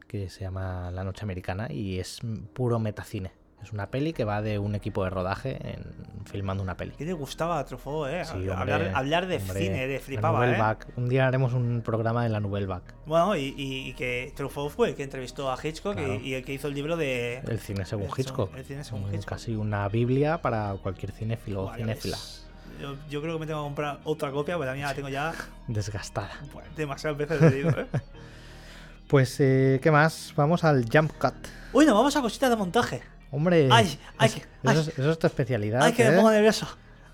que se llama La Noche Americana y es mm, puro metacine. Es una peli que va de un equipo de rodaje en- filmando una peli. ¿Qué le gustaba a Truffaut, eh? Sí, hablar, hombre, hablar de hombre, cine, de la flipaba, Nouvelle eh. Vague. Un día haremos un programa de la Nouvelle Vague. Bueno, y, y- y que Truffaut fue el que entrevistó a Hitchcock y- Claro. y, el que hizo el libro de. El cine según El- Hitchcock. Eh, el cine según Un- Hitchcock. Casi una biblia para cualquier cinéfilo o Buah, ya cinéfila. ves. pues, Yo, yo creo que me tengo que comprar otra copia, porque la mía la tengo ya Desgastada. bueno, demasiadas veces leído, eh. Pues, eh, ¿qué más? Vamos al jump cut. Uy, no, vamos a cositas de montaje. Hombre, Ay, ay, es- que- ay. eso, es, eso es tu especialidad. Ay, que ¿eh? me pongo nervioso.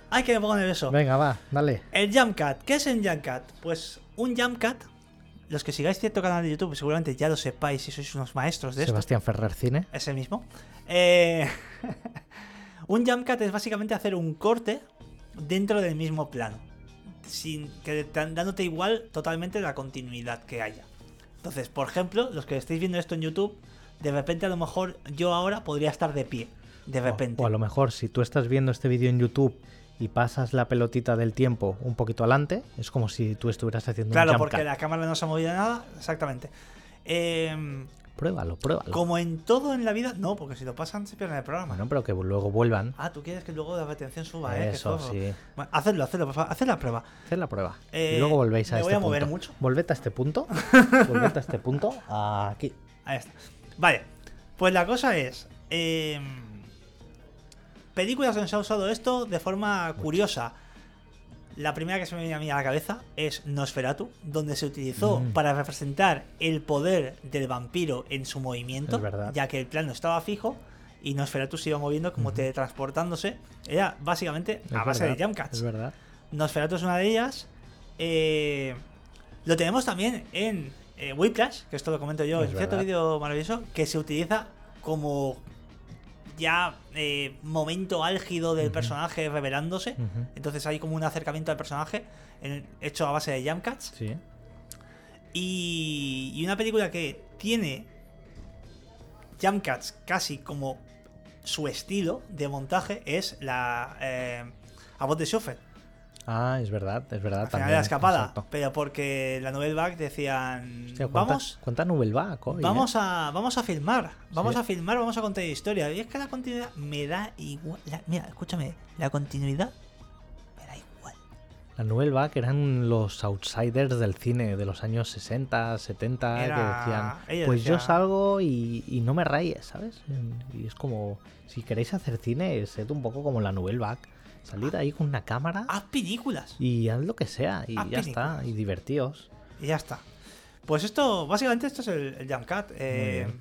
Ay, que me pongo nervioso. Venga, va, dale. El Jump Cat. ¿Qué es el Jump Cat? Pues un Jump Cat. Los que sigáis cierto canal de YouTube seguramente ya lo sepáis si sois unos maestros de Pues esto. Sebastián Ferrer Cine. Es el mismo. Eh, un Jump Cut es básicamente hacer un corte dentro del mismo plano. Sin que tan- dándote igual totalmente la continuidad que haya. Entonces, por ejemplo, los que estáis viendo esto en YouTube, de repente a lo mejor yo ahora podría estar de pie. De O- repente. O a lo mejor, si tú estás viendo este vídeo en YouTube y pasas la pelotita del tiempo un poquito adelante, es como si tú estuvieras haciendo Claro, un jump porque cut. la cámara no se ha movido nada, exactamente. Eh, Pruébalo, pruébalo. como en todo en la vida, no, porque si lo pasan se pierden el programa. Bueno, pero que luego vuelvan. Ah, tú quieres que luego la retención suba, ¿eh? Qué Eso, zorro. sí. Bueno, hacedlo, hacedlo, por favor, haced la prueba. Haced la prueba. Eh, y luego volvéis a me este voy a mover punto. mucho. Volved a este punto. Volved a este punto. Aquí. Ahí está. Vale, pues la cosa es. eh, películas donde se ha usado esto de forma curiosa. La primera que se me viene a mí a la cabeza es Nosferatu, donde se utilizó Mm. para representar el poder del vampiro en su movimiento, Es verdad. ya que el plano estaba fijo y Nosferatu se iba moviendo como teletransportándose. Era básicamente Es a base de verdad, jump cuts. Es verdad. Nosferatu es una de ellas. Eh, lo tenemos también en eh, Whiplash, que esto lo comento yo Es en cierto verdad. vídeo maravilloso, que se utiliza como ya eh, momento álgido del Ujú. personaje revelándose. Ujú. Entonces hay como un acercamiento al personaje en- hecho a base de jump cuts. Sí. Y, y una película que tiene jump cuts casi como su estilo de montaje es la eh, Abbott de Schuffert. Ah, es verdad, es verdad. Al final también, de la escapada, exacto. pero porque la Nouvelle Vague decían, Hostia, ¿cuánta, vamos, ¿Cuánta novel va, hoy, eh? vamos a, vamos a filmar, vamos Sí. a filmar, vamos a contar historia. Y es que la continuidad me da igual. la- mira, escúchame, la continuidad me da igual. La Nouvelle Vague eran los outsiders del cine de los años 60, 70, Era- que decían, ella pues yo decía- salgo y, y no me rayes, ¿sabes? Y es como, si queréis hacer cine, sed un poco como la Nouvelle Vague. Salid ahí con una cámara Haz películas. y haz lo que sea, y haz ya está, Ah. películas. y divertíos. Y ya está. Pues esto, básicamente esto es el, el Jump Cat. eh, bien.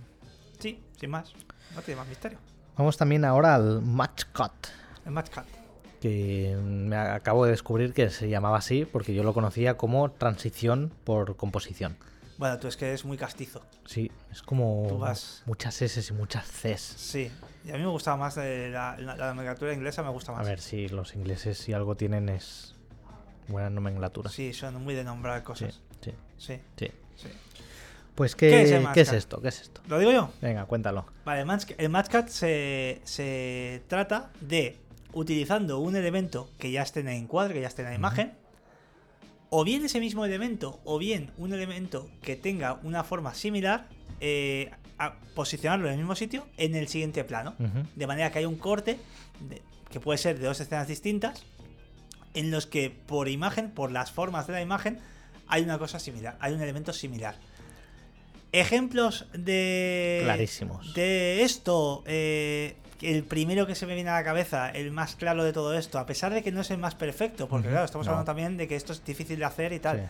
sí, sin más. No tiene más misterio. Vamos también ahora al Match Cut. El Match Cat. que me acabo de descubrir que se llamaba así porque yo lo conocía como transición por composición. Bueno, tú es que eres muy castizo. Sí, es como Tú vas- muchas S y muchas Cs. Sí. Y a mí me gustaba más eh, la, la- la nomenclatura inglesa, me gusta A más. ver si los ingleses si algo tienen es buena nomenclatura. Sí, son muy de nombrar sí, cosas. sí, Sí, sí. sí. Pues ¿qué, ¿Qué ¿qué es es, el Mascot? esto? ¿Qué es esto? ¿Lo digo yo? Venga, cuéntalo. Vale, el Match- el Match Cat se, se trata de utilizando un elemento que ya esté en el encuadre, que ya esté en la imagen, o bien ese mismo elemento, o bien un elemento que tenga una forma similar, eh, a posicionarlo en el mismo sitio en el siguiente plano. Ujú. De manera que hay un corte de- que puede ser de dos escenas distintas en los que por imagen, por las formas de la imagen, hay una cosa similar, hay un elemento similar. Ejemplos de... Clarísimos. De esto, eh, el primero que se me viene a la cabeza, el más claro de todo esto, a pesar de que no es el más perfecto, porque Ujú, claro, estamos no. hablando también de que esto es difícil de hacer y tal, eh,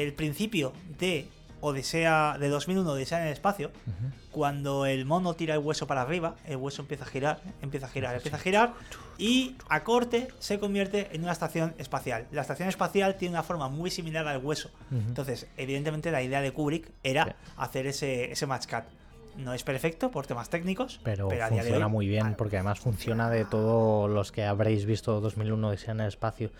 Sí. el principio de Odisea, de 2001, Odisea en el espacio, Ujú. cuando el mono tira el hueso para arriba, el hueso empieza a girar, empieza a girar, empieza a girar y a corte se convierte en una estación espacial. La estación espacial tiene una forma muy similar al hueso. Ujú. Entonces, evidentemente la idea de Kubrick era Sí. hacer ese, ese match cut. No es perfecto por temas técnicos, Pero, pero, a día de funciona hoy- muy bien ah, porque además funciona de todos los que habréis visto 2001 Odisea en el espacio.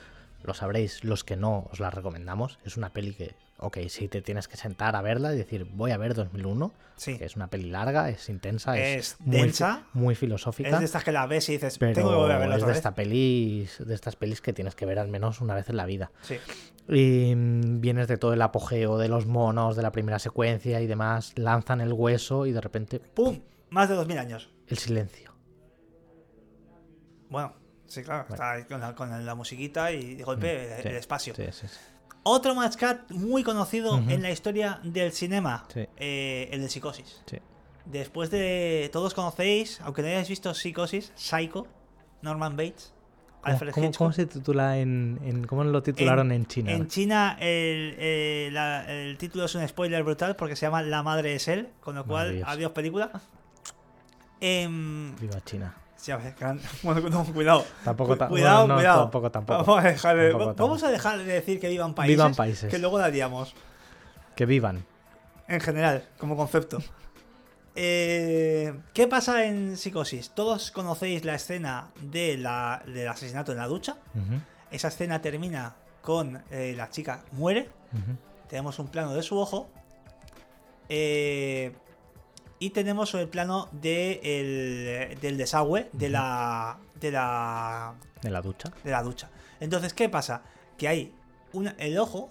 Lo sabréis, los que no os la recomendamos. Es una peli que, ok, si te tienes que sentar a verla y decir, voy a ver 2001, Sí. que es una peli larga, es intensa, es, Es muy, fi- densa, muy Es filosófica. de estas que la ves y dices, pero tengo que volver a verlo es otra de, vez. esta peli, de estas pelis que tienes que ver al menos una vez en la vida. Sí. Y mm, vienes de todo el apogeo de los monos, de la primera secuencia y demás, lanzan el hueso y de repente, ¡Pum! Más de 2000 años. el silencio. Bueno, sí, claro, está con la, con la musiquita y de golpe el, Mm, Sí, eh, el espacio. sí, sí, sí. Otro match cut muy conocido Ujú. en la historia del cinema, Sí. eh, el de Psicosis. Sí. Después de. Todos conocéis, aunque no hayáis visto Psicosis, Psycho, Norman Bates, ¿Cómo, Alfred cómo- Hitchcock. cómo se titula en, en- cómo lo titularon en, China? En China el, eh, la- el título es un spoiler brutal porque se llama La madre es él, con lo cual, Maravilloso. adiós película. Em, Viva China. sí, a ver, gran- bueno, no, cuidado. Tampoco ta- Cu- cuidado, bueno, no, cuidado. tampoco, tampoco. Vamos a dejar de, Tampoco, vamos a dejar de decir que vivan países, Vivan países. que luego la liamos. Que vivan. En general, como concepto. Eh, ¿Qué pasa en Psicosis? Todos conocéis la escena de la- del asesinato en la ducha. Ujú, Esa escena termina con eh, la chica muere. ujú. Tenemos un plano de su ojo. eh, y tenemos el plano de el- del desagüe de la, de la En la ducha. de la ducha. Entonces, ¿qué pasa? Que hay una- el ojo,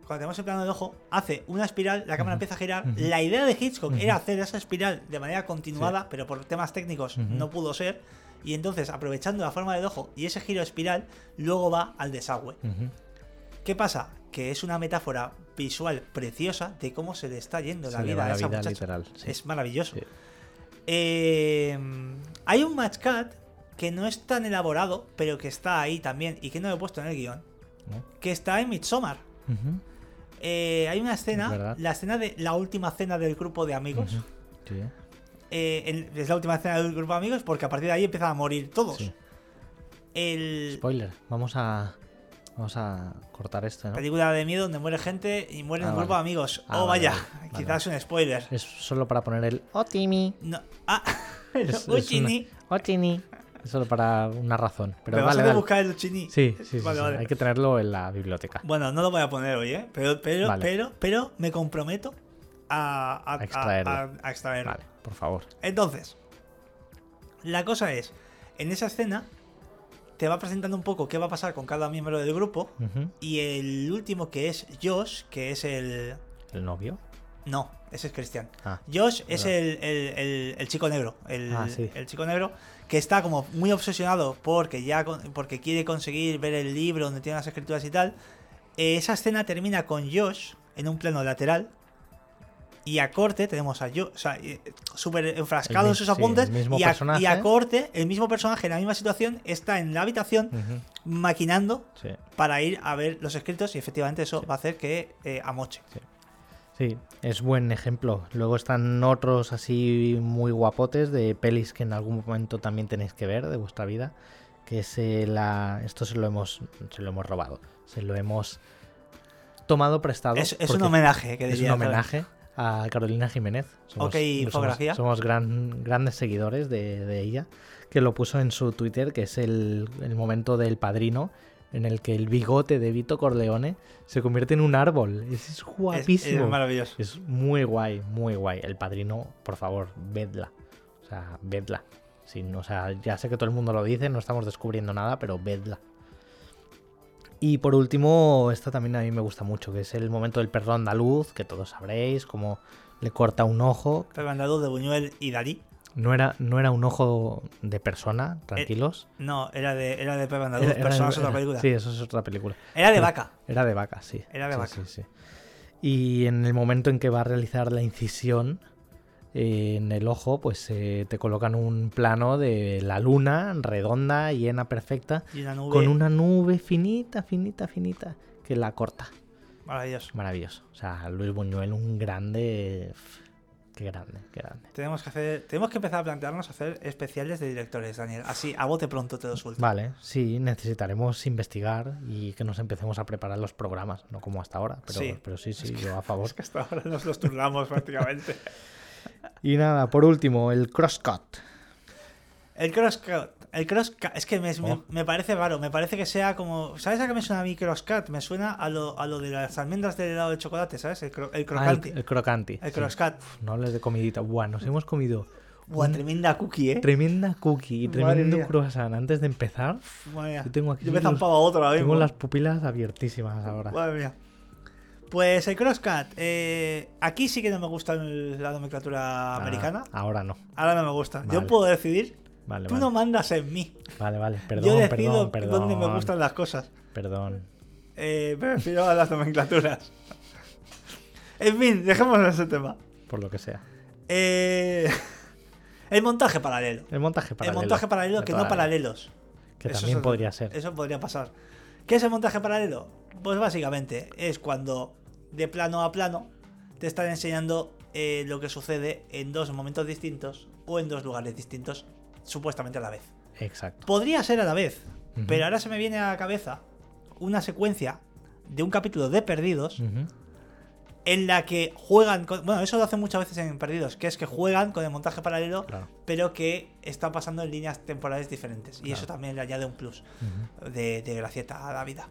cuando tenemos el plano del ojo, hace una espiral, la cámara Ujú, empieza a girar. ujú. La idea de Hitchcock Ujú. era hacer esa espiral de manera continuada, pero por temas técnicos Ujú. no pudo ser. Y entonces, aprovechando la forma del ojo y ese giro espiral, luego va al desagüe. Ujú. ¿Qué pasa? Que es una metáfora visual preciosa de cómo se le está yendo la Se le vida va a la esa vida muchacha. literal. sí. Es maravilloso. Sí. Eh, hay un match cut que no es tan elaborado, pero que está ahí también y que no lo he puesto en el guión, ¿No? que está en Midsommar. Ujú, Eh, hay una Es escena, verdad. la escena de la última cena del grupo de amigos. ujú. Sí, eh. Eh, el- es la última escena del grupo de amigos porque a partir de ahí empiezan a morir todos. Sí. El Spoiler. Vamos a vamos a cortar esto, ¿no? película de miedo donde muere gente y muere Ah, un grupo de vale. amigos. Ah, oh, vale, vaya, vale, vale. quizás un spoiler. Es solo para poner el Otimi. No. Ah, Es- el es una- Uchini. Otini. Es solo para una razón. Pero Me vas a vale, hacer dale. buscar el Uchini. Sí, sí, sí, Vale, sí, vale. Hay que tenerlo en la biblioteca. Bueno, no lo voy a poner hoy, ¿eh? Pero, pero, Vale. pero, pero me comprometo a, a- A extraerlo. a- a extraerlo. Vale, por favor. Entonces, la cosa es, en esa escena te va presentando un poco qué va a pasar con cada miembro del grupo Ujú. y el último que es Josh, que es el... El novio. No, ese es Cristian. Ah, Josh es verdad. el, el- el- el chico negro. El, Ah, sí. el chico negro que está como muy obsesionado porque ya con- porque quiere conseguir ver el libro donde tiene las escrituras y tal. Eh, esa escena termina con Josh en un plano lateral. Y a corte tenemos a Josh, o sea, eh, súper enfrascado El en mi- sus sí, apuntes. el mismo y, a, personaje. y a corte, el mismo personaje en la misma situación, está en la habitación Ujú, maquinando sí. para ir a ver los escritos. Y efectivamente eso va a hacer que eh, amoche. Sí, es buen ejemplo. Luego están otros así muy guapotes de pelis que en algún momento también tenéis que ver de vuestra vida. Que se la. Esto se lo hemos. Se lo hemos robado. Se lo hemos tomado prestado. Es, es un porque homenaje, que es un diría, claro. homenaje a Carolina Jiménez. Ok, infografía. Somos, gran- grandes seguidores de, de ella. Que lo puso en su Twitter, que es el, el momento del padrino. En el que el bigote de Vito Corleone se convierte en un árbol. Es, es Es- guapísimo. Es, maravilloso. Es muy guay, muy guay. El padrino, por favor, vedla. O sea, vedla. Sin, o sea, ya sé que todo el mundo lo dice, no estamos descubriendo nada, pero vedla. Y por último, esta también a mí me gusta mucho, que es el momento del perro andaluz, que todos sabréis, como le corta un ojo. Perro andaluz de Buñuel y Dalí. No era, no era un ojo de persona, tranquilos. No, era de, era de Perro Eh, andaluz, Era- era- Personas era- otra película. Sí, eso es otra película. Era de pero- vaca. Era de vaca, sí. Era de Sí, vaca. sí, sí. Y en el momento en que va a realizar la incisión eh, en el ojo, pues eh, te colocan un plano de la luna redonda, llena, perfecta, Y una nube. con una nube finita, finita, finita, que la corta. Maravilloso. Maravilloso. O sea, Luis Buñuel, un grande... pf, Qué grande, qué grande. Tenemos que hacer, tenemos que empezar a plantearnos hacer especiales de directores, Daniel. Así, a bote pronto te lo suelto. Vale, sí, necesitaremos investigar y que nos empecemos a preparar los programas, no como hasta ahora, pero Sí. pero sí, sí yo a favor. Es que hasta ahora nos los turnamos prácticamente. Y nada, por último, el crosscut. El crosscut. El crosscut. Es que me, me- Oh. me parece raro. Me parece que sea como. ¿Sabes a qué me suena a mí crosscut? Me suena a lo, a lo de las almendras del helado de chocolate, ¿sabes? El, cro- Ah, el el, crocanti. el crocanti. el ¿Eh? sí. crosscut. No hables de comidita. Buah, nos hemos comido Buah, un- tremenda cookie, ¿eh? tremenda cookie y Madre tremendo mía. croissant. Antes de empezar, Madre mía. Yo tengo aquí me he los- zampado a otro ahora tengo mismo. las pupilas abiertísimas ahora. Madre mía. Pues el crosscut. eh, aquí sí que no me gusta el- la nomenclatura Ah, americana. ahora no. Ahora no me gusta. Yo Vale. puedo decidir. Vale, Tú vale. no mandas en mí. Vale, vale. Yo Perdón, decido perdón, perdón. dónde me gustan las cosas. Perdón. Eh, me refiero a las nomenclaturas. En fin, dejémoslo en ese tema. Por lo que sea. Eh, el montaje paralelo. El montaje paralelo. el montaje paralelo De que toda no la vida. paralelos. Que Eso es también otro- podría ser. Eso podría pasar. ¿Qué es el montaje paralelo? Pues básicamente es cuando de plano a plano te están enseñando eh, lo que sucede en dos momentos distintos o en dos lugares distintos, supuestamente a la vez. Exacto. Podría ser a la vez, Ujú. pero ahora se me viene a la cabeza una secuencia de un capítulo de Perdidos Ujú. en la que juegan con... Bueno, eso lo hacen muchas veces en Perdidos, que es que juegan con el montaje paralelo, Claro. pero que está pasando en líneas temporales diferentes. Y eso Claro. también le añade un plus Ujú. de, de gracieta a la vida.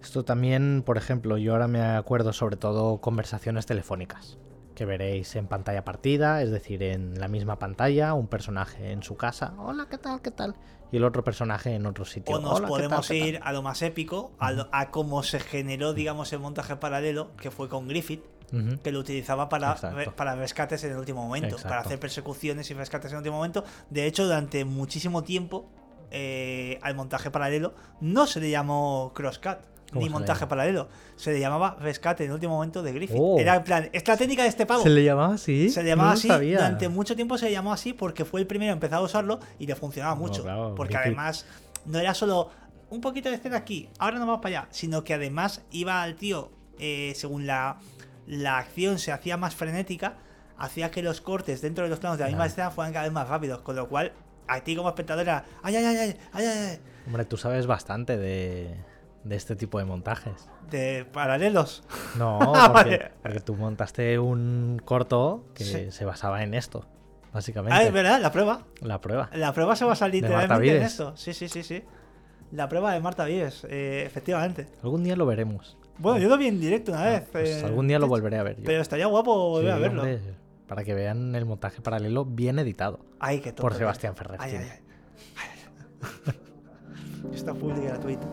Esto también, por ejemplo, yo ahora me acuerdo sobre todo conversaciones telefónicas que veréis en pantalla partida, es decir, en la misma pantalla, un personaje en su casa, hola, ¿qué tal? ¿Qué tal? Y el otro personaje en otro sitio. O nos "Hola, ¿qué tal, podemos qué tal?". ir a lo más épico, a, lo- a cómo se generó, digamos, el montaje paralelo, que fue con Griffith, Ujú. que lo utilizaba para, Exacto. re- para rescates en el último momento, para Exacto. hacer persecuciones y rescates en el último momento. De hecho, durante muchísimo tiempo eh, al montaje paralelo no se le llamó crosscut. ¿Cómo Ni se le montaje llama? paralelo. Se le llamaba rescate en el último momento de Griffith. Oh. Era en plan, es la técnica de este pavo. ¿Se le llamaba así? Se le llamaba No lo así, sabía. durante mucho tiempo se le llamó así porque fue el primero a empezar a usarlo y le funcionaba No, mucho. claro, porque Griffith. además no era solo un poquito de escena aquí, ahora nos vamos para allá, sino que además iba al tío, eh, según la, la acción se hacía más frenética, hacía que los cortes dentro de los planos de la misma Claro. escena fueran cada vez más rápidos, con lo cual a ti como espectador era, ay, ay, ay, ay, ay, ay, ay", Hombre, tú sabes bastante de, de este tipo de montajes. de paralelos. No, Ah, porque, vale. porque tú montaste un corto que Sí. se basaba en esto, Ah, es básicamente. verdad, la prueba. la prueba. La prueba se va a salir De Marta literalmente en Vives. esto. Sí, sí, sí, sí. La prueba de Marta Vives, eh, efectivamente. Algún día lo veremos. Bueno, yo lo vi en directo una vez. Pues eh, algún día lo Twitch. volveré a ver. yo. Pero estaría guapo volver a Sí, verlo. hombre, para que vean el montaje paralelo bien editado Ay, qué tonto. por tío. Sebastián Ferrer. Ay, tío. ay, ay. Ay, ay, ay. Está pública y gratuita.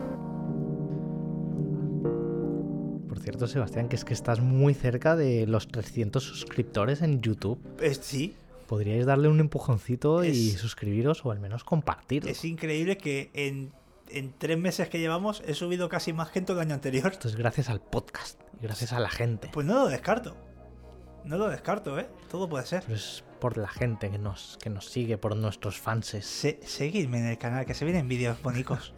Por cierto, Sebastián, que es que estás muy cerca de los 300 suscriptores en YouTube. Es- sí, Podríais darle un empujoncito y Es- suscribiros o al menos compartirlo. es increíble que en, en tres meses que llevamos he subido casi más gente que el año anterior. Esto es gracias al podcast y gracias a la gente. Pues no lo descarto. No lo descarto, ¿eh? Todo puede ser. Pero es por la gente que nos, que nos sigue, por nuestros fanses. Se- seguidme en el canal, que se vienen vídeos bonitos.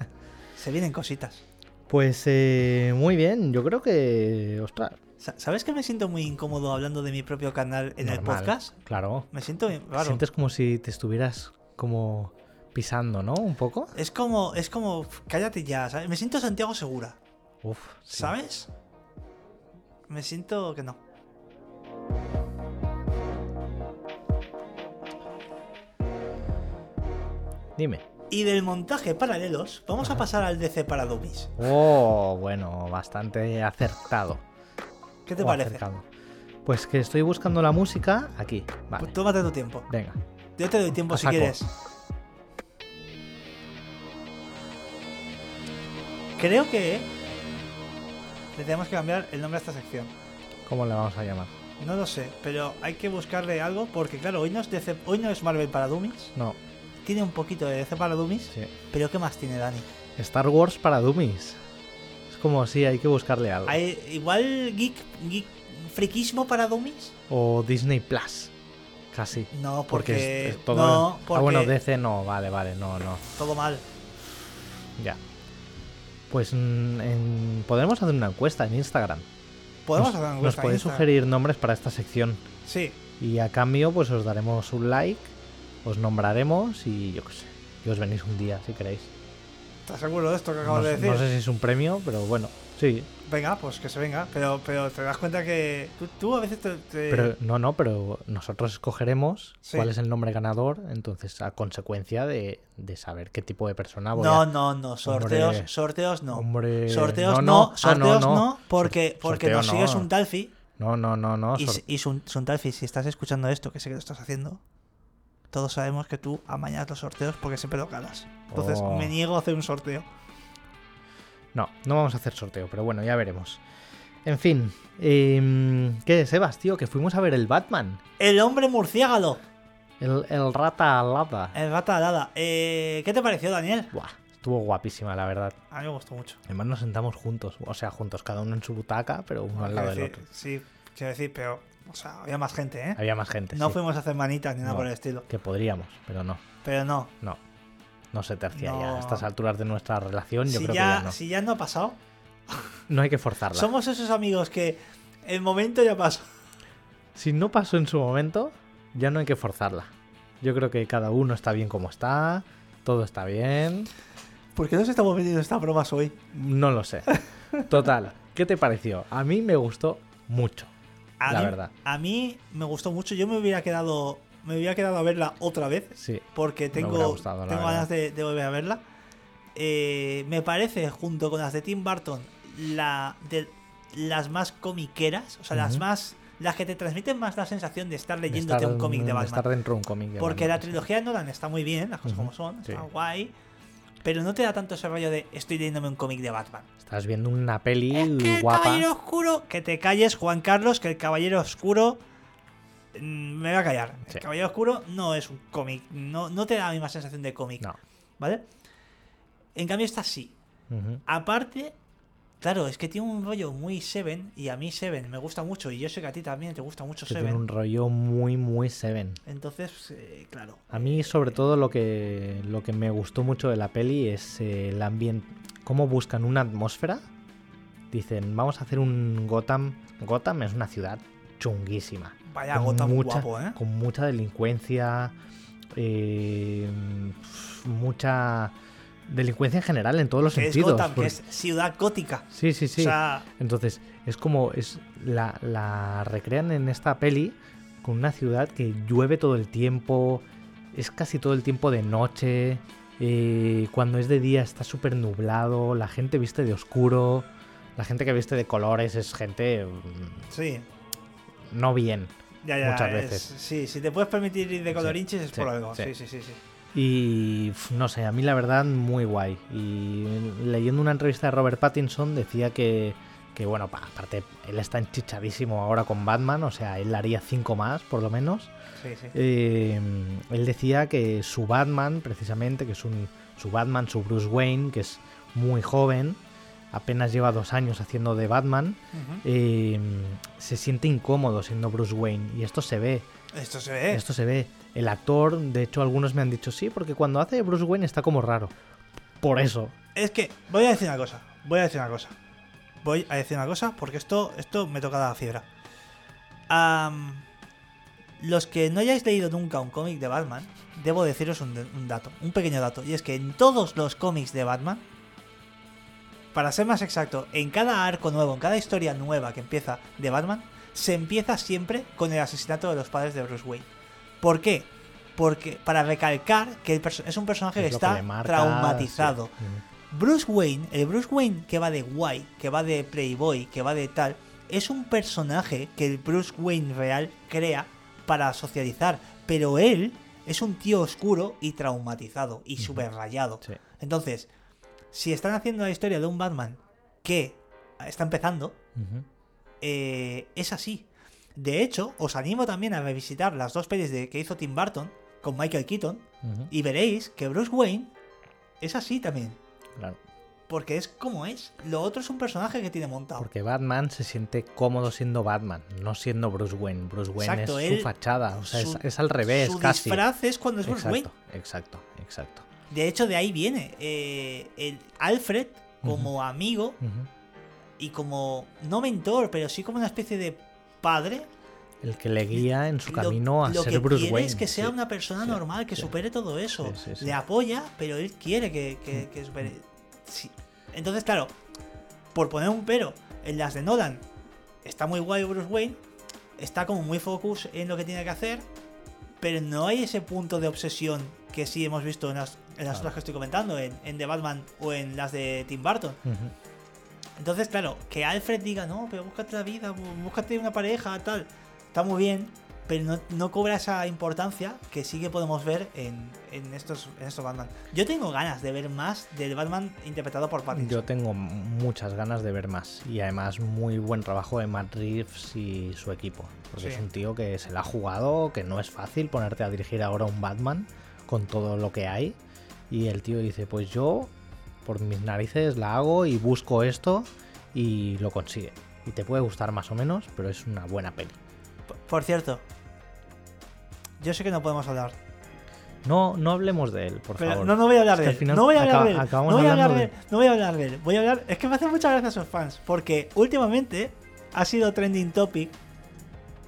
se vienen cositas. Pues eh, muy bien, yo creo que. Ostras. Sa- ¿Sabes que me siento muy incómodo hablando de mi propio canal en el normal, podcast? Claro. Me siento bien raro. Sientes como si te estuvieras como pisando, ¿no? Un poco. Es como, es como, cállate ya, ¿sabes? Me siento Santiago Segura, Uf. sí. ¿sabes? Me siento que no. Dime. Y del montaje paralelos, vamos a Ajá. pasar al DC para Dummies. Oh, bueno, bastante acertado. ¿Qué te o parece? acercado. Oh, Pues que estoy buscando la música aquí. Vale. Pues tómate tu tiempo. Venga. Yo te doy tiempo A si saco. quieres. Creo que le tenemos que cambiar el nombre a esta sección. ¿Cómo le vamos a llamar? No lo sé, pero hay que buscarle algo porque claro, hoy no es, DC hoy no es Marvel para Dummies. No, Tiene un poquito de DC para Dummies, sí. pero ¿qué más tiene Dani? Star Wars para Dummies. Es como si hay que buscarle algo. Hay igual geek, geek friquismo para dummies? O Disney Plus. Casi. No, porque, Porque es, es todo. no, Ah, porque bueno, DC no, vale, vale, no, no. todo mal. Ya. Pues mm, en- podemos hacer una encuesta en Instagram. Podemos Nos- hacer una Nos encuesta en podéis Instagram. sugerir nombres para esta sección. Sí, Y a cambio, pues os daremos un like, os nombraremos y yo qué sé. Y os venís un día si queréis. ¿estás seguro de esto que acabas No, de sé- decir? no sé si es un premio, pero bueno, sí. Venga, pues que se venga, pero pero te das cuenta que tú, tú a veces te, te- Pero no, no, pero nosotros escogeremos Sí. cuál es el nombre ganador, entonces a consecuencia de, de saber qué tipo de persona ah, voy No, a- no, no, sorteos, Hombre. sorteos no. Hombre, Sorteos no, Ah, sorteos no, porque, Sor- porque sorteo nos sigues no. un Dalfi No, no, no, no. y, Ah, sor- si- y Sun- Suntalfi, si estás escuchando esto, que sé que lo estás haciendo, todos sabemos que tú amañas los sorteos porque siempre lo ganas. Entonces Oh. me niego a hacer un sorteo. No, no vamos a hacer sorteo, pero bueno, ya veremos. En fin, eh, ¿qué, Sebas, tío? Que fuimos a ver el Batman, El hombre murciélago, el, el rata alada. el rata alada. Eh, ¿Qué te pareció, Daniel? Buah, estuvo guapísima, la verdad. A mí me gustó mucho. Además nos sentamos juntos, o sea, juntos, cada uno en su butaca, pero uno al lado Quiero del decir- otro. Sí, quiero decir, pero o sea, había más gente, ¿eh? Había más gente, No sí, fuimos a hacer manitas ni nada No. por el estilo. que podríamos, pero no, Pero no. no. No se tercia ya. No. A estas alturas de nuestra relación, yo si, creo ya, que ya no. si ya no ha pasado, No hay que forzarla. somos esos amigos que el momento ya pasó. Si no pasó en su momento, ya no hay que forzarla. Yo creo que cada uno está bien como está, todo está bien. ¿Por qué nos estamos metiendo estas bromas hoy? No lo sé. Total, ¿qué te pareció? A mí me gustó mucho. A La mí, verdad. A mí me gustó mucho. Yo me hubiera quedado, me hubiera quedado a verla otra vez Sí, porque hubiera tengo, gustado, la tengo verdad. ganas de, de volver a verla. Eh, me parece, junto con las de Tim Burton, la de las más comiqueras, o sea, las Ujú. más, las que te transmiten más la sensación de estar leyéndote estar- un cómic de Batman. estar dentro de un cómic de Porque Batman, la sí. trilogía de Nolan está muy bien, las cosas como Ujú, son, está sí. guay. Pero no te da tanto ese rollo de estoy leyéndome un cómic de Batman. Estás viendo una peli Es que el guapa. Caballero Oscuro. Que te calles, Juan Carlos, que el Caballero Oscuro. mm, Me voy a callar. Sí. El Caballero Oscuro no es un cómic. No, no te da la misma sensación de cómic. No. ¿Vale? En cambio, esta sí. Ujú. Aparte, claro, es que tiene un rollo muy Seven. Y a mí Seven me gusta mucho. Y yo sé que a ti también te gusta mucho Que tiene Seven. un rollo muy, muy Seven. Entonces, eh, claro. A mí, sobre todo, lo que, lo que me gustó mucho de la peli es eh, el ambiente. Cómo buscan una atmósfera. Dicen, vamos a hacer un Gotham. Gotham es una ciudad chunguísima. Vaya gota muy mucha, guapo, ¿eh? con mucha delincuencia, eh, pf, mucha delincuencia en general en todos los que es sentidos. Gotham, que porque- es ciudad gótica. Sí, sí, sí. O sea, Entonces, es como es la, la recrean en esta peli con una ciudad que llueve todo el tiempo, es casi todo el tiempo de noche, eh, cuando es de día está súper nublado, la gente viste de oscuro, la gente que viste de colores es gente mm, sí. no bien. Ya, ya, muchas es- veces. sí, si te puedes permitir ir de colorinches es sí, por algo. sí. Sí, sí, sí. sí. Y pf, no sé, a mí la verdad muy guay. Y leyendo una entrevista de Robert Pattinson decía que, que bueno, pa- aparte, él está enchichadísimo ahora con Batman, o sea, él haría cinco más, por lo menos. Sí, sí. Eh, él decía que su Batman, precisamente, que es un, su Batman, su Bruce Wayne, que es muy joven, apenas lleva dos años haciendo de Batman, Ujú. eh, se siente incómodo siendo Bruce Wayne. Y esto se ve, Esto se ve. esto se ve. El actor, de hecho, algunos me han dicho sí, porque cuando hace de Bruce Wayne está como raro. Por eso. Es que voy a decir una cosa. Voy a decir una cosa. Voy a decir una cosa porque esto, esto me toca la fibra. Am, los que no hayáis leído nunca un cómic de Batman, debo deciros un, de- un dato, un pequeño dato. Y es que en todos los cómics de Batman, para ser más exacto, en cada arco nuevo, en cada historia nueva que empieza de Batman, se empieza siempre con el asesinato de los padres de Bruce Wayne. ¿Por qué? Porque para recalcar que el perso- es un personaje es que lo está le marca, traumatizado. sí. Mm. Bruce Wayne, el Bruce Wayne que va de guay, que va de playboy, que va de tal, es un personaje que el Bruce Wayne real crea para socializar, pero él es un tío oscuro y traumatizado y Ujú. súper rayado. Sí. Entonces, si están haciendo la historia de un Batman que está empezando, Ujú. eh, es así. De hecho, os animo también a revisitar las dos pelis de, que hizo Tim Burton con Michael Keaton Ujú. y veréis que Bruce Wayne es así también. Claro. Porque es como es. Lo otro es un personaje que tiene montado. Porque Batman se siente cómodo siendo Batman, no siendo Bruce Wayne. Bruce Wayne Exacto, es él- su fachada, o sea, es- su- es, al revés, Su casi. disfraz es cuando es Bruce exacto, Wayne. exacto, exacto. De hecho, de ahí viene eh, el Alfred como amigo Ujú. y como, no mentor, pero sí como una especie de padre. El que le guía en su Lo- camino a lo ser que Bruce quiere Wayne. es que sea sí. una persona sí, normal, que sí. supere todo eso. Sí, sí, sí. Mm. Le apoya, pero él quiere que, que- que supere. Sí. Entonces, claro, por poner un pero, en las de Nolan está muy guay Bruce Wayne, está como muy focus en lo que tiene que hacer, pero no hay ese punto de obsesión que sí hemos visto en las, en las Claro. otras que estoy comentando, en, en The Batman o en las de Tim Burton. Ujú. Entonces, claro, que Alfred diga, no, pero búscate la vida, bú- búscate una pareja, tal, está muy bien, pero no, no cobra esa importancia que sí que podemos ver en, en estos, en estos Batman. Yo tengo ganas de ver más del Batman interpretado por Pattinson. Yo tengo muchas ganas de ver más. Y además, muy buen trabajo de Matt Reeves y su equipo. Porque Sí. es un tío que se la ha jugado, que no es fácil ponerte a dirigir ahora un Batman con todo lo que hay. Y el tío dice: Pues yo, por mis narices, la hago y busco esto y lo consigue. Y te puede gustar más o menos, pero es una buena peli. P- Por cierto, yo sé que no podemos hablar, No, no hablemos de él, por pero favor. no, no voy a Es hablar que de al él, final no voy a hablar acaba- de él, no acabamos voy a hablar hablando de de- él, no voy a hablar de él, voy a hablar, es que me hace muchas gracias a sus fans, porque últimamente ha sido trending topic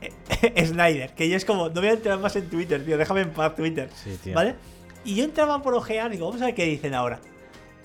eh, Snyder, que yo es como, no voy a entrar más en Twitter, tío, déjame en paz Twitter. Sí, tío. ¿Vale? Y yo entraba por ojear, digo, vamos a ver qué dicen ahora.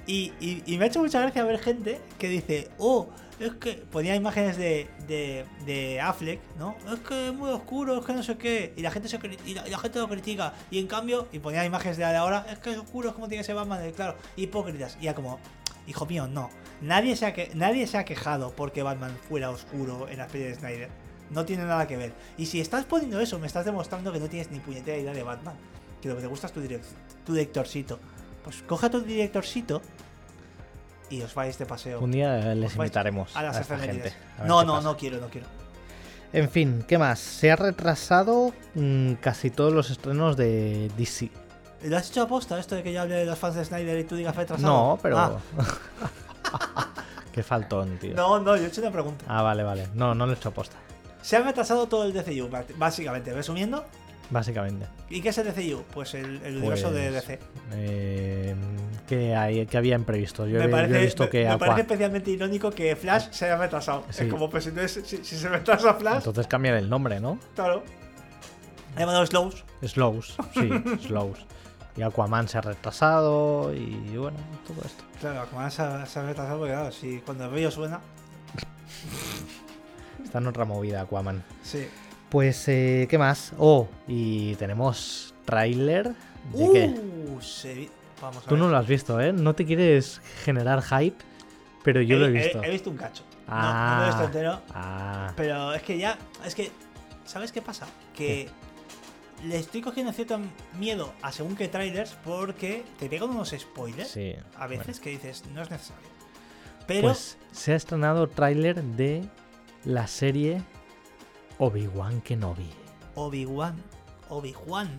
Y, y- y me ha hecho mucha gracia ver gente que dice, oh, es que ponía imágenes de, de, de Affleck, ¿no? Es que es muy oscuro, es que no sé qué. Y la gente, se, cri- y la, y la gente lo critica. Y en cambio, y ponía imágenes de ahora, es que es oscuro, es como tiene que ser Batman, y claro, hipócritas. Y ya como, hijo mío, no. Nadie se, ha que, nadie se ha quejado porque Batman fuera oscuro en la peli de Snyder. No tiene nada que ver. Y si estás poniendo eso, me estás demostrando que no tienes ni puñetera idea de Batman. Que lo que te gusta es tu, direc- tu directorcito. Pues coge a tu directorcito y os vais de paseo. Un día eh, les Os vais invitaremos a a, las esta gente. efemérides. a ver No, qué no, pasa. no quiero, no quiero. En fin, ¿qué más? Se ha retrasado mm, casi todos los estrenos de DC. ¿Lo has hecho aposta esto de que yo hable de los fans de Snyder y tú digas retrasado? No, pero. Ah, Qué faltón, tío. no, no, yo he hecho una pregunta. Ah, vale, vale. No, no lo he hecho aposta, Se ha retrasado todo el DCU, ba- básicamente. Resumiendo, básicamente. ¿y qué es el DCU? Pues el, el universo de Pues, DC. Eh, ¿qué, hay, qué había imprevisto? Yo, me he- yo parece, he visto me- que me Aqua- parece especialmente irónico que Flash se haya retrasado. Sí. Es como, pues entonces, si, si se retrasa Flash, Entonces cambian el nombre, ¿no? claro. Ha llamado Slows. Slows, sí, Slows. Y Aquaman se ha retrasado y bueno, todo esto. Claro, Aquaman se ha, se ha retrasado porque, claro, si cuando el río suena, Está en otra movida Aquaman. sí. Pues, eh, ¿qué más? Oh, y tenemos tráiler de qué? Uh, se vi- Vamos a Tú ver. no lo has visto, ¿eh? No te quieres generar hype, pero yo lo he visto. He, visto un cacho. No, No, me lo he Ah. visto entero. Ah, Pero es que ya. Es que. ¿Sabes qué pasa? Que. Le estoy cogiendo cierto miedo a según qué trailers porque te pegan unos spoilers sí. a veces que dices no es necesario. Bueno, Pero Pues se ha estrenado tráiler de la serie Obi-Wan Kenobi. Obi-Wan, Obi-Wan,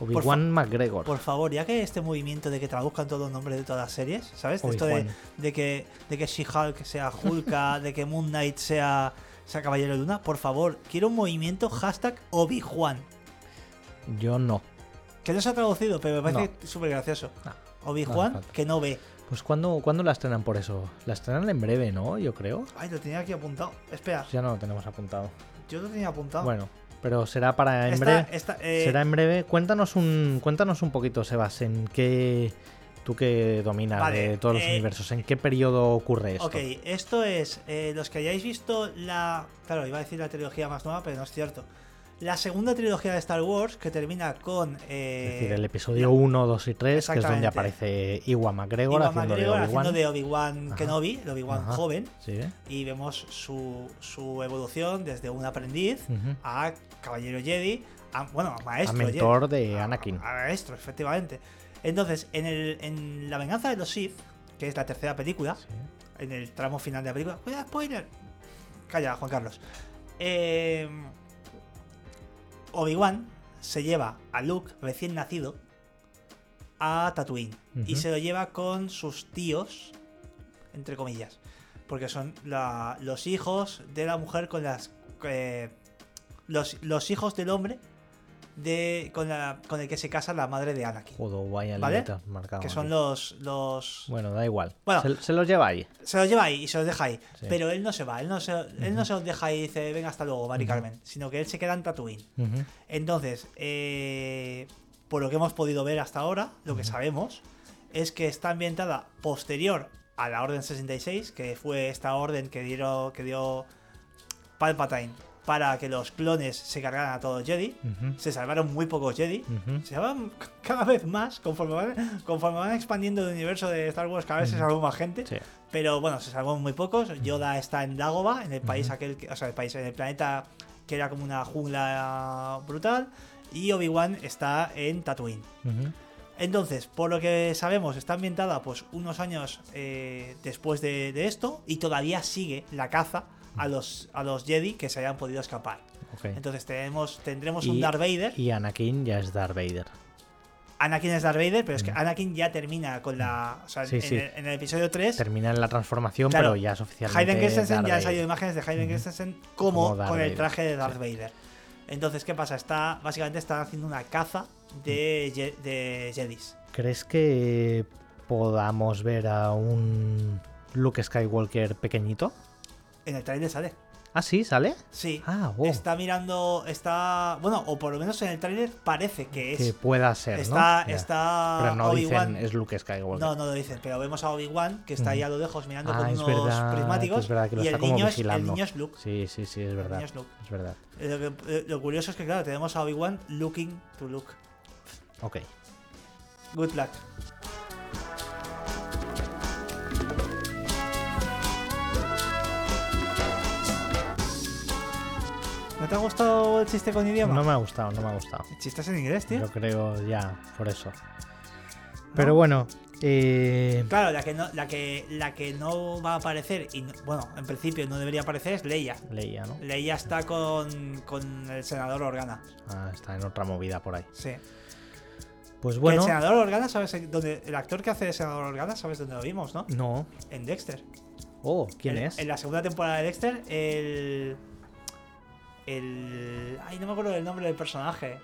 Obi-Wan McGregor. por favor, ya que este movimiento de que traduzcan todos los nombres de todas las series, ¿sabes? De esto de, Obi-Wan. de que, de que She-Hulk sea Hulka, de que Moon Knight sea, sea Caballero de Luna, por favor, quiero un movimiento hashtag Obi-Wan. Yo no. Que no se ha traducido, pero me parece No. que es súper gracioso. No. Obi-Wan No hace falta. que no ve. Pues ¿cuándo, ¿cuándo la estrenan por eso? La estrenan en breve, ¿no? Yo creo. Ay, lo tenía aquí apuntado. Espera, Ya no lo tenemos apuntado. yo lo tenía apuntado. Bueno, pero será para en Esta- breve. esta, eh, Será en breve. Cuéntanos un, cuéntanos un poquito, Sebas, en qué. Tú que dominas Vale, de todos los eh, universos, ¿en qué periodo ocurre esto? Ok, esto es. eh, los que hayáis visto la. Claro, iba a decir la trilogía más nueva, pero no es cierto. La segunda trilogía de Star Wars, que termina con. eh, es decir, el episodio 1, 2 y 3, que es donde exactamente. aparece Iwan McGregor Ewan haciendo de McGregor Obi-Wan. haciendo de Obi-Wan Ajá. Kenobi, el Obi-Wan Ajá. joven, Sí, ¿eh? y vemos su, su evolución desde un aprendiz Ujú. a caballero Jedi, a, bueno, a A maestro Jedi. mentor de Ah, Anakin. A, a maestro, efectivamente. Entonces, en, el, en La venganza de los Sith, que es la tercera película, Sí. en el tramo final de la película. ¡Cuidado, spoiler! Calla, Juan Carlos. Eh, Obi-Wan se lleva a Luke, recién nacido, a Tatooine. Y Ujú. se lo lleva con sus tíos, entre comillas. Porque son la- los hijos de la mujer con las. eh, los, los hijos del hombre de, con, la- con el que se casa la madre de Anakin. Joder, vaya ¿Vale? libreta marcada Que son aquí. los. los Bueno, da igual. Bueno. se, se los lleva ahí. se los lleva ahí y se los deja ahí. Sí. Pero él no se va, él no se, él no se los deja ahí y dice, venga hasta luego, Mari Ujú. Carmen. Sino que él se queda en Tatooine. Ujú. Entonces, eh, por lo que hemos podido ver hasta ahora, lo que sabemos es que está ambientada posterior a la Orden 66, que fue esta orden que, dieron, que dio Palpatine para que los clones se cargaran a todos los Jedi. Ujú. Se salvaron muy pocos Jedi. Ujú. Se salvaban cada vez más, conforme van, conforme van expandiendo el universo de Star Wars, cada vez se salvó más gente. Sí. Pero bueno, se salvó muy pocos. Yoda está en Dagoba, en el país aquel, que- o sea, el país, en el planeta que era como una jungla brutal. Y Obi-Wan está en Tatooine. Ujú. Entonces, por lo que sabemos, está ambientada pues unos años eh, después de, de esto y todavía sigue la caza a los, a los Jedi que se hayan podido escapar. Ok. Entonces tenemos, tendremos Y- un Darth Vader. Y Anakin ya es Darth Vader. Anakin es Darth Vader, pero es que Anakin ya termina con la... O sea, Sí, en, sí. El, en el episodio 3 Termina en la transformación, Claro. pero ya es oficialmente. Hayden Christensen Darth ya han Vader. salido imágenes de Hayden Ujú. Christensen como, Como Darth con el Vader, traje de Darth Vader. Entonces, ¿qué pasa? Está, básicamente están haciendo una caza de, je- de Jedis. ¿Crees que podamos ver a un Luke Skywalker pequeñito? En el trailer sale. Ah, sí, sale. Sí. Ah, wow. Está mirando, está... Bueno, o por lo menos en el trailer parece que es... que pueda ser, está ¿no? Ya. está Pero no dicen Obi-Wan... es Luke Skywalker. No, no lo dicen, pero vemos a Obi-Wan que está ahí a lo lejos mirando Ah, con es unos verdad, prismáticos. es verdad que lo y está el, como niño es, el vigilando. niño es Luke. Sí, sí, sí, es verdad. niño es Luke. Es verdad. Eh, Lo, que- eh, lo curioso es que, claro, tenemos a Obi-Wan looking to Luke. Ok. Good luck. ¿No te ha gustado el chiste con idioma? No me ha gustado, no me ha gustado. ¿Chistes en inglés, tío? Yo creo ya, por eso. Pero bueno, eh, Claro, la que, no, la, que, la que no va a aparecer, y no- bueno, en principio no debería aparecer, es Leia. leía, ¿no? Leia está con, con el senador Organa. Ah, está en otra movida por ahí. Sí. Pues Que bueno, El senador Organa, ¿sabes? en dónde el actor que hace de senador Organa, ¿sabes dónde lo vimos, no? no. En Dexter. Oh, ¿quién En- es? En la segunda temporada de Dexter, el. El. Ay, no me acuerdo del nombre del personaje.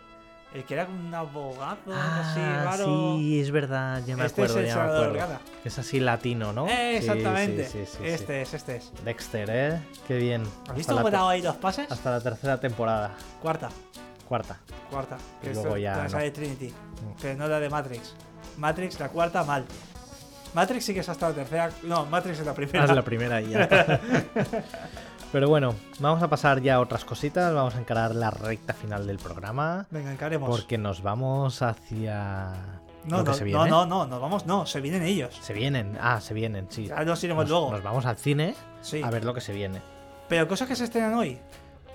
El que era como un abogado, así, Ah, raro. sí, es verdad, ya me este acuerdo, es el ya me senador acuerdo. Organa. Es así latino, ¿no? Eh, Sí, sí, exactamente. sí, sí, sí. este es, este es. Dexter, ¿eh? Qué bien. ¿Has visto la cómo he ter- dado ahí los pases? hasta la tercera temporada, Cuarta, cuarta. cuarta. Y luego ya todavía no. Mm. sale Trinity. Pero no la de Matrix. Matrix, la cuarta, mal. Matrix sí que es hasta la tercera. No, Matrix es la primera. Haz Ah, la primera y ya. está. Pero bueno, vamos a pasar ya a otras cositas, vamos a encarar la recta final del programa, Venga, encaremos. porque nos vamos hacia... no, lo que no, se no, viene. no, no, nos vamos, no, se vienen ellos. Se vienen, ah, se vienen, sí. Ya nos iremos Nos, luego. nos vamos al cine Sí. a ver lo que se viene. Pero cosas que se estrenan hoy.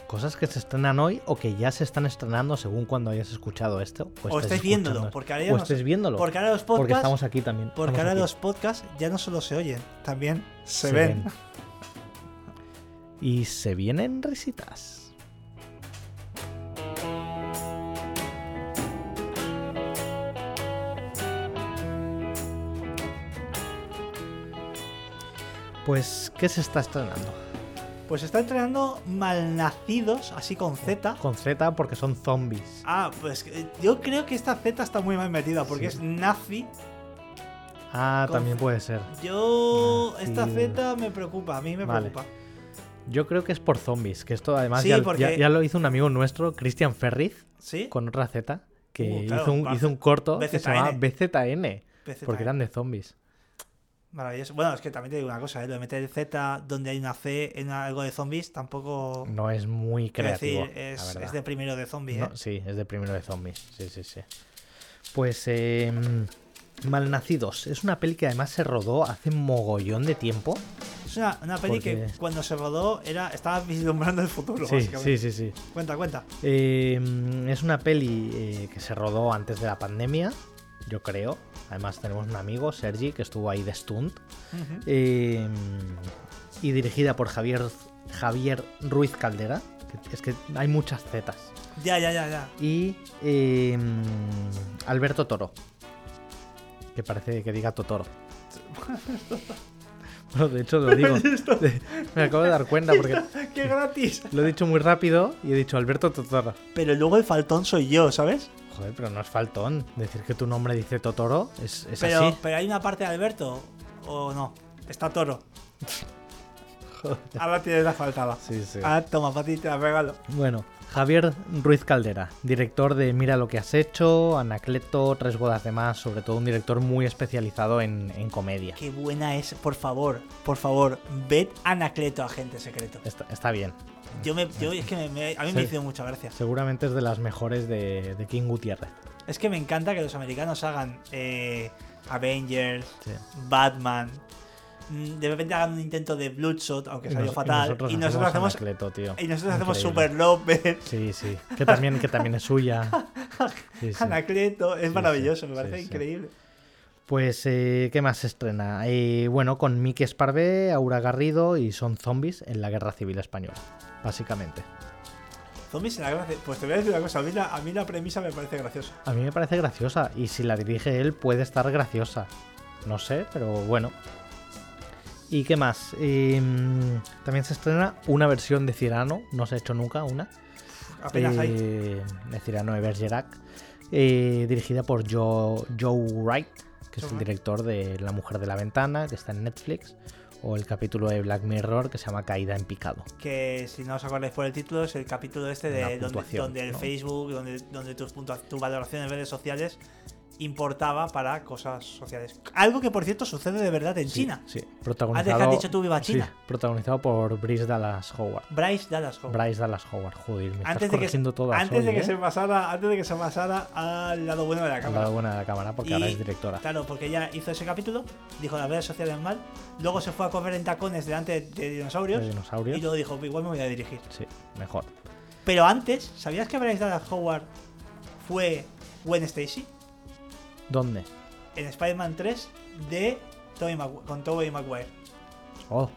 Cosas que se estrenan hoy o que ya se están estrenando según cuando hayas escuchado esto. o estáis viéndolo, porque ahora, ya O no- estés viéndolo. porque ahora los podcasts, porque estamos aquí también. porque estamos ahora aquí. los podcasts ya no solo se oyen, también se, ven. Y se vienen risitas. Pues, ¿qué se está estrenando? Pues está entrenando malnacidos, así con Z. Con Z porque son zombies. Ah, pues eh, yo creo que esta Z está muy mal metida porque Sí. es nazi. Ah, con- también puede ser. Yo. Nazi. Esta Z me preocupa, a mí me Vale. preocupa. Yo creo que es por zombies, que esto además Sí, ya, porque- ya- ya lo hizo un amigo nuestro, Cristian Ferriz, ¿Sí? con otra Z, que Uh, claro, hizo, un, para- hizo un corto que se BZN. llamaba BZN, PZN. porque eran de zombies. Maravilloso. Bueno, es que también te digo una cosa, ¿eh? lo de meter Z donde hay una C en algo de zombies tampoco. No es muy Quiero Mm, creativo. decir, la es, verdad. es de primero de zombie, No, ¿eh? sí, es de primero de zombies. Sí, sí, sí. Pues eh, mm, Malnacidos es una peli que además se rodó hace mogollón de tiempo. Es una, una peli Porque- que cuando se rodó era, estaba vislumbrando el futuro, sí, sí, básicamente. sí, sí. Cuenta, cuenta. Eh, mm, es una peli eh, que se rodó antes de la pandemia, yo creo. Además tenemos un amigo, Sergi, que estuvo ahí de stunt. Ujú. Eh, y dirigida por Javier, Javier Ruiz Caldera. que- Es que hay muchas zetas. Ya, ya, ya, ya. y eh, Alberto Toro. Que parece que diga Totoro. Bueno, de hecho lo digo. Me acabo de dar cuenta porque ¡Qué gratis! lo he dicho muy rápido y he dicho Alberto Totoro. Pero luego el faltón soy yo, ¿sabes? Joder, pero no es faltón. Decir que tu nombre dice Totoro es, es Pero, así. pero hay una parte de Alberto, o no. Está toro. Joder. Ahora tienes la faltada. Sí, sí. Ah, toma, para ti te la regalo. Bueno, Javier Ruiz Caldera, director de Mira lo que has hecho, Anacleto, Tres bodas de más, sobre todo un director muy especializado en, en comedia. Qué buena es, por favor, por favor, ved Anacleto, agente secreto. Está- está bien, Yo me, yo, es que me- me- a mí me Sí. hizo mucha gracia. Seguramente es de las mejores de, de King Gutiérrez. Es que me encanta que los americanos hagan eh, Avengers, Batman. mm, De repente hagan un intento de Bloodshot, aunque Y salió nos- y fatal. nosotros y nosotros hacemos. Anacleto, tío. Y nosotros hacemos Increíble. Super López, Sí, sí. Que también, que también es suya. Sí, sí. Anacleto. Es Sí, maravilloso, sí, me parece sí, sí. increíble. Pues, eh, ¿qué más se estrena? Eh, bueno, con Miki Esparvé, Aura Garrido y Son Zombies en la Guerra Civil Española, básicamente. Zombies en la gracia. Pues te voy a decir una cosa, a mí la, a mí la premisa me parece graciosa. A mí me parece graciosa y si la dirige él puede estar graciosa. No sé, pero bueno. ¿Y qué más? Eh, también se estrena una versión de Cirano, no se ha hecho nunca una. Apenas hay. eh, de Cyrano de Bergerac, eh, dirigida por Joe, Joe Wright, que es Joe el Wright. director de La Mujer de la Ventana, que está en Netflix, o el capítulo de Black Mirror que se llama Caída en Picado. Que si no os acordáis por el título, es el capítulo este de Una donde, puntuación, donde el ¿no? Facebook, donde, donde tus, puntua- tus valoraciones en redes sociales importaba para cosas sociales. Algo que por cierto sucede de verdad en Sí, China. Sí, Ah, deja, protagonizado. has dicho tú, viva sí, China. protagonizado por Brice Dallas Howard. Bryce Dallas Howard. Bryce Dallas Howard, joder, me Antes estás de que, corrigiendo todas antes hoy, de que ¿eh? se pasara, antes de que se pasara al lado bueno de la Al cámara. lado buena de la cámara porque ahora Y- es directora. Claro, porque ella hizo ese capítulo, dijo las redes sociales mal, luego se fue a comer en tacones delante de, de de dinosaurios dinosaurios. y luego dijo, igual me voy a dirigir. Sí, mejor. Pero antes, ¿sabías que Bryce Dallas Howard fue Gwen Stacy ¿Dónde? en Spider-Man 3 de Tobey Magu- con Tobey Maguire? Oh,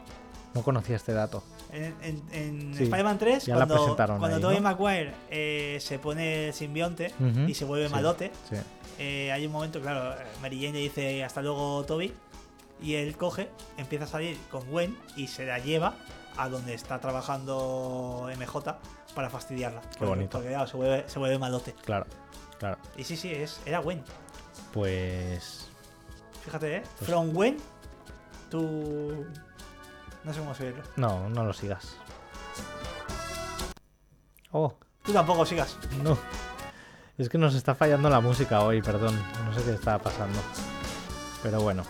no conocía este dato. En, en- en Sí, Spider-Man 3, ya la cuando, presentaron cuando ahí, Tobey ¿no? Maguire eh, se pone simbionte Ujú, y se vuelve sí. malote, Sí. eh, hay un momento, claro, Mary Jane le dice hasta luego Toby y él coge, empieza a salir con Gwen y se la lleva a donde está trabajando MJ para fastidiarla. Porque- bonito. Porque claro, se vuelve, se vuelve malote. Claro, claro. Y sí, sí, es, era Gwen. Pues. Fíjate, ¿eh? Pues- From when to... No sé cómo subirlo. No, no lo sigas. Oh, Tú tampoco sigas. no. Es que nos está fallando la música hoy, perdón. No sé qué está pasando. Pero bueno.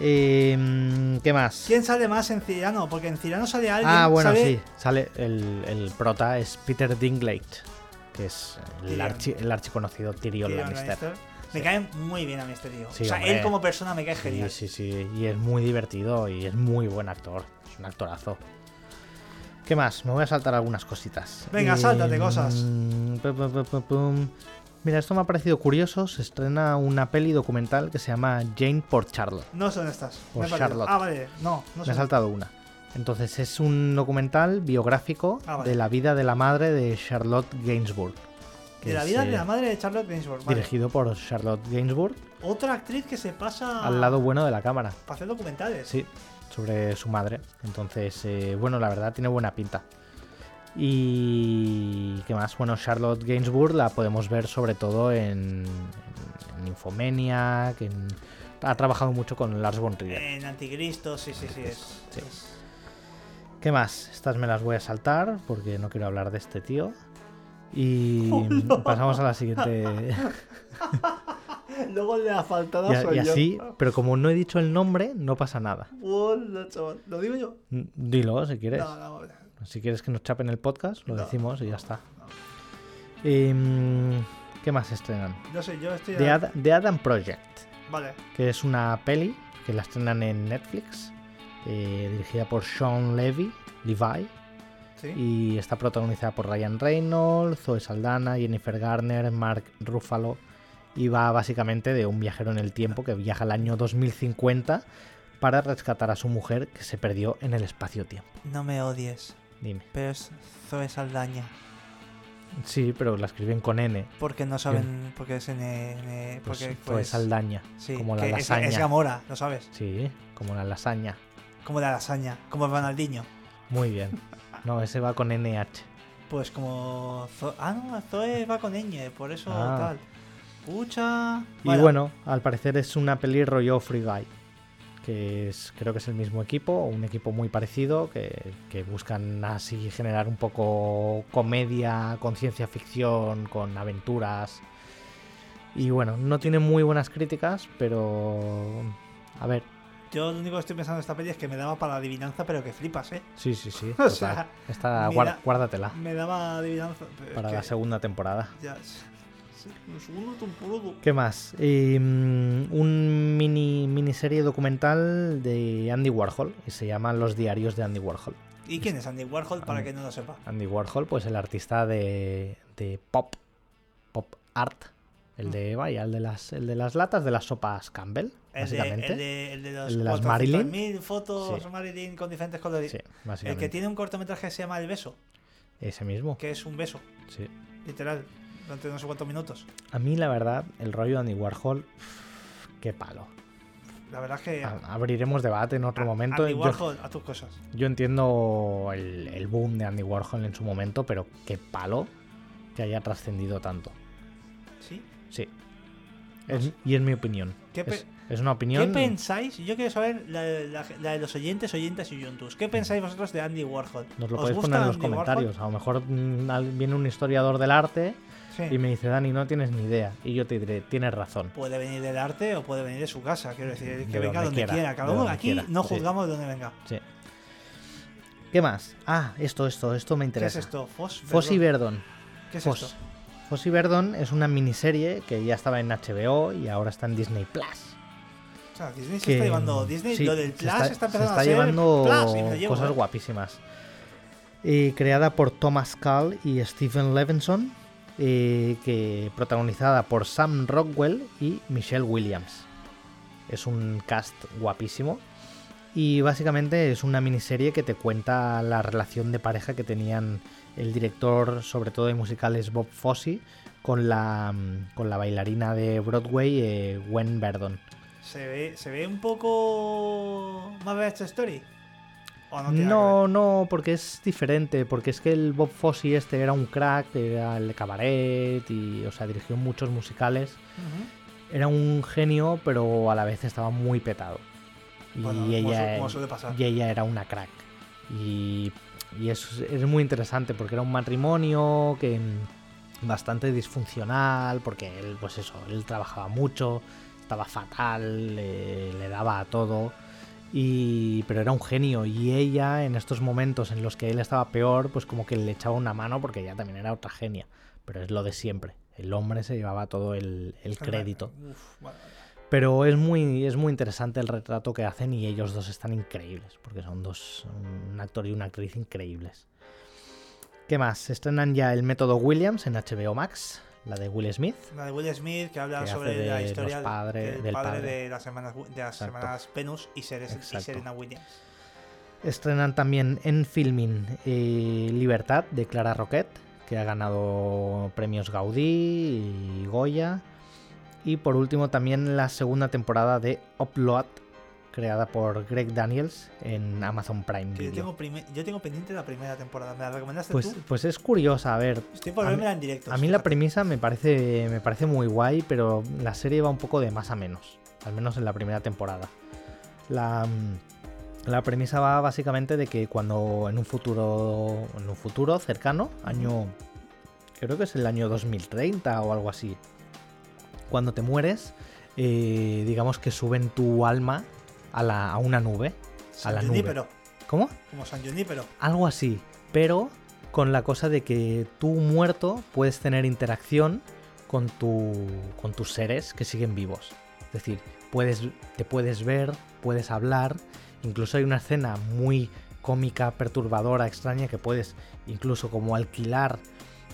Em, ¿Qué más? ¿Quién sale más en Cirano? Porque en Cirano sale alguien... Ah, bueno, sale- sí. Sale el, el prota es Peter Dinklage, que es el, Tyrion. archi- el archiconocido Tyrion, Tyrion Lannister. Lannister. Me Sí. cae muy bien a mí este tío. Sí, o sea, hombre. él como persona me cae Sí, genial. sí, sí. Y es muy divertido y es muy buen actor. Es un actorazo. ¿Qué más? Me voy a saltar algunas cositas. Eh, mm, Venga, sáltate cosas. pum, pum, pum, pum, pum. Mira, esto me ha parecido curioso. Se estrena una peli documental que se llama Jane por Charlotte. No son estas. Por me he perdido. Charlotte. Ah, vale. No, no Me ha son. saltado una. Entonces es un documental biográfico Ah, vale. de la vida de la madre de Charlotte Gainsbourg. que De la es, vida de eh, la madre de Charlotte Gainsbourg. vale. Dirigido por Charlotte Gainsbourg, Otra actriz que se pasa al lado bueno de la cámara. para hacer documentales. Sí, sobre su madre. Entonces, eh, bueno, la verdad tiene buena pinta. Y qué más, bueno, Charlotte Gainsbourg la podemos ver sobre todo en, en Infomania, que en- ha trabajado mucho con Lars von Trier. En Anticristo, sí, sí, sí. Es, Sí. es- ¿Qué más? Estas me las voy a saltar porque no quiero hablar de este tío. Y Hola. pasamos a la siguiente. Luego le ha faltado Y, a- y así, pero como no he dicho el nombre, no pasa nada. Hola, chaval. ¿Lo digo yo? N- Dilo si quieres. No, no, no. Si quieres que nos chapen el podcast, lo No. decimos y ya está. No. Em, ¿Qué más estrenan? No sé, yo estoy. The, Ad- The Adam Project, Vale. que es una peli que la estrenan en Netflix, eh, dirigida por Sean Levy, Levi, Sí. y está protagonizada por Ryan Reynolds, Zoe Saldana, Jennifer Garner, Mark Ruffalo y va básicamente de un viajero en el tiempo que viaja al año 2050 para rescatar a su mujer que se perdió en el espacio-tiempo. No me odies, Dime. pero es Zoe Saldaña. Sí, pero la escriben con N. Porque no saben. Porque es en. en- Pues, porque Zoe pues, Saldaña, sí, como la que es- lasaña. Es, Gamora, lo sabes. Sí, como la lasaña. Como la lasaña. Como Ronaldinho. Muy bien. No, ese va con NH. Pues como. Zo- ah, no, Zoe va con ñ, por eso Ah. tal. Pucha. Y bueno, al parecer es una peli rollo Free Guy, que es, creo que es el mismo equipo, o un equipo muy parecido, que, que buscan así generar un poco comedia con ciencia ficción, con aventuras. Y bueno, no tiene muy buenas críticas, pero... A ver, Yo lo único que estoy pensando en esta peli es que me daba para la adivinanza, pero que flipas, ¿eh? sí, sí, sí. O total. sea, Esta, mira, guar- guárdatela Me daba adivinanza. pero es para la que- segunda temporada. Ya. sí, sí, Un segundo temporada. ¿Qué más? Eh, mm, un mini miniserie documental de Andy Warhol y se llama Los diarios de Andy Warhol. ¿Y quién es Andy Warhol? Para Andy- que no lo sepa. Andy Warhol, pues el artista de, de pop, pop art, el de vaya, el de las el de las latas de las sopas Campbell, Mm. El de, básicamente. el de, el de los El de las 400.000 fotos Sí. Marilyn con diferentes colores. Sí, el que básicamente. tiene un cortometraje que se llama El Beso, Ese mismo. que es un beso, Sí. literal, durante no sé cuántos minutos. A mí la verdad, el rollo de Andy Warhol, uff, qué palo. La verdad es que. A- Abriremos debate en Ah, otro a- momento. Andy Yo- Warhol, a tus cosas. Yo entiendo el, el boom de Andy Warhol en su momento, pero qué palo que haya trascendido tanto. ¿Sí? Sí. Es- y es mi opinión. ¿Qué pe- es, es una ¿Qué opinión. pensáis? Yo quiero saber la, la- la de los oyentes, oyentas y oyuntus. ¿Qué pensáis vosotros de Andy Warhol? Nos lo ¿Os podéis gusta poner en los Andy Warhol? comentarios. A lo mejor mm, al- viene un historiador del arte Sí. y me dice, Dani, no tienes ni idea. Y yo te diré, tienes razón. Puede venir del arte o puede venir de su casa. Quiero decir, que De donde venga donde quiera, quiera. Cada de uno donde aquí quiera, no sí. juzgamos de donde venga. Sí. ¿Qué más? Ah, esto, esto, esto me ¿Qué es interesa. esto? Fos. Fossi Verdón. Verdon. ¿Qué es Fos. esto? Fossi Verdon es una miniserie que ya estaba en HBO y ahora está en Disney Plus. O sea, Disney se que- está llevando. Disney, sí, lo del se Plus está, empezando se está a ser llevando Plus, y me lo llevo, cosas ¿eh? guapísimas. Eh, creada por Thomas Kahl y Stephen Levinson, eh, que protagonizada por Sam Rockwell y Michelle Williams. Es un cast guapísimo. Y básicamente es una miniserie que te cuenta la relación de pareja que tenían el director, sobre todo de musicales, Bob Fosse, con la, con la bailarina de Broadway, eh, Gwen Verdon. Se ve, se ve un poco. Más de esta story. ¿O no? tiene nada No, no, porque es diferente, porque es que el Bob Fosse este era un crack, era el de cabaret y, o sea, dirigió muchos musicales. que ver? Ujú. Era un genio, pero a la vez estaba muy petado. Y Bueno, como su- ella, como suele pasar. y ella era una crack. Y, y es, es muy interesante porque era un matrimonio que mm, bastante disfuncional, porque él, pues eso, él trabajaba mucho, estaba fatal, le, le daba a todo. Y, pero era un genio y ella en estos momentos en los que él estaba peor, pues como que le echaba una mano porque ella también era otra genia. Pero es lo de siempre. El hombre se llevaba todo el, el crédito. Uf, vale. Pero es muy, es muy interesante el retrato que hacen y ellos dos están increíbles, porque son dos, un actor y una actriz increíbles. ¿Qué más? Estrenan ya el método Williams en HBO Max, la de Will Smith. La de Will Smith, que habla Que hace sobre de la los historia del- padre- del, del padre, padre. de las hermanas, Wi- de las Exacto. hermanas Penus y, Seres- y Exacto. Serena Williams. Estrenan también en filming eh, Libertad de Clara Roquet, que ha ganado premios Gaudí y Goya. Y por último también la segunda temporada de Upload, creada por Greg Daniels en Amazon Prime Que yo, Video. tengo prime- yo tengo pendiente la primera temporada. ¿Me la recomendaste Pues, tú? pues es curiosa, a ver, Estoy por a mí- verla en directo. a mí la fíjate. premisa me parece, me parece muy guay, pero la serie va un poco de más a menos, al menos en la primera temporada. La, mm, la premisa va básicamente de que cuando en un futuro, en un futuro cercano, año, creo que es el año 2030 o algo así, cuando te mueres, eh, digamos que suben tu alma a, la- a una nube. San la Junípero, ¿Cómo? Como San Junípero. Algo así, pero con la cosa de que tú muerto puedes tener interacción con, tu, con tus seres que siguen vivos. Es decir, puedes, te puedes ver, puedes hablar, incluso hay una escena muy cómica, perturbadora, extraña, que puedes incluso como alquilar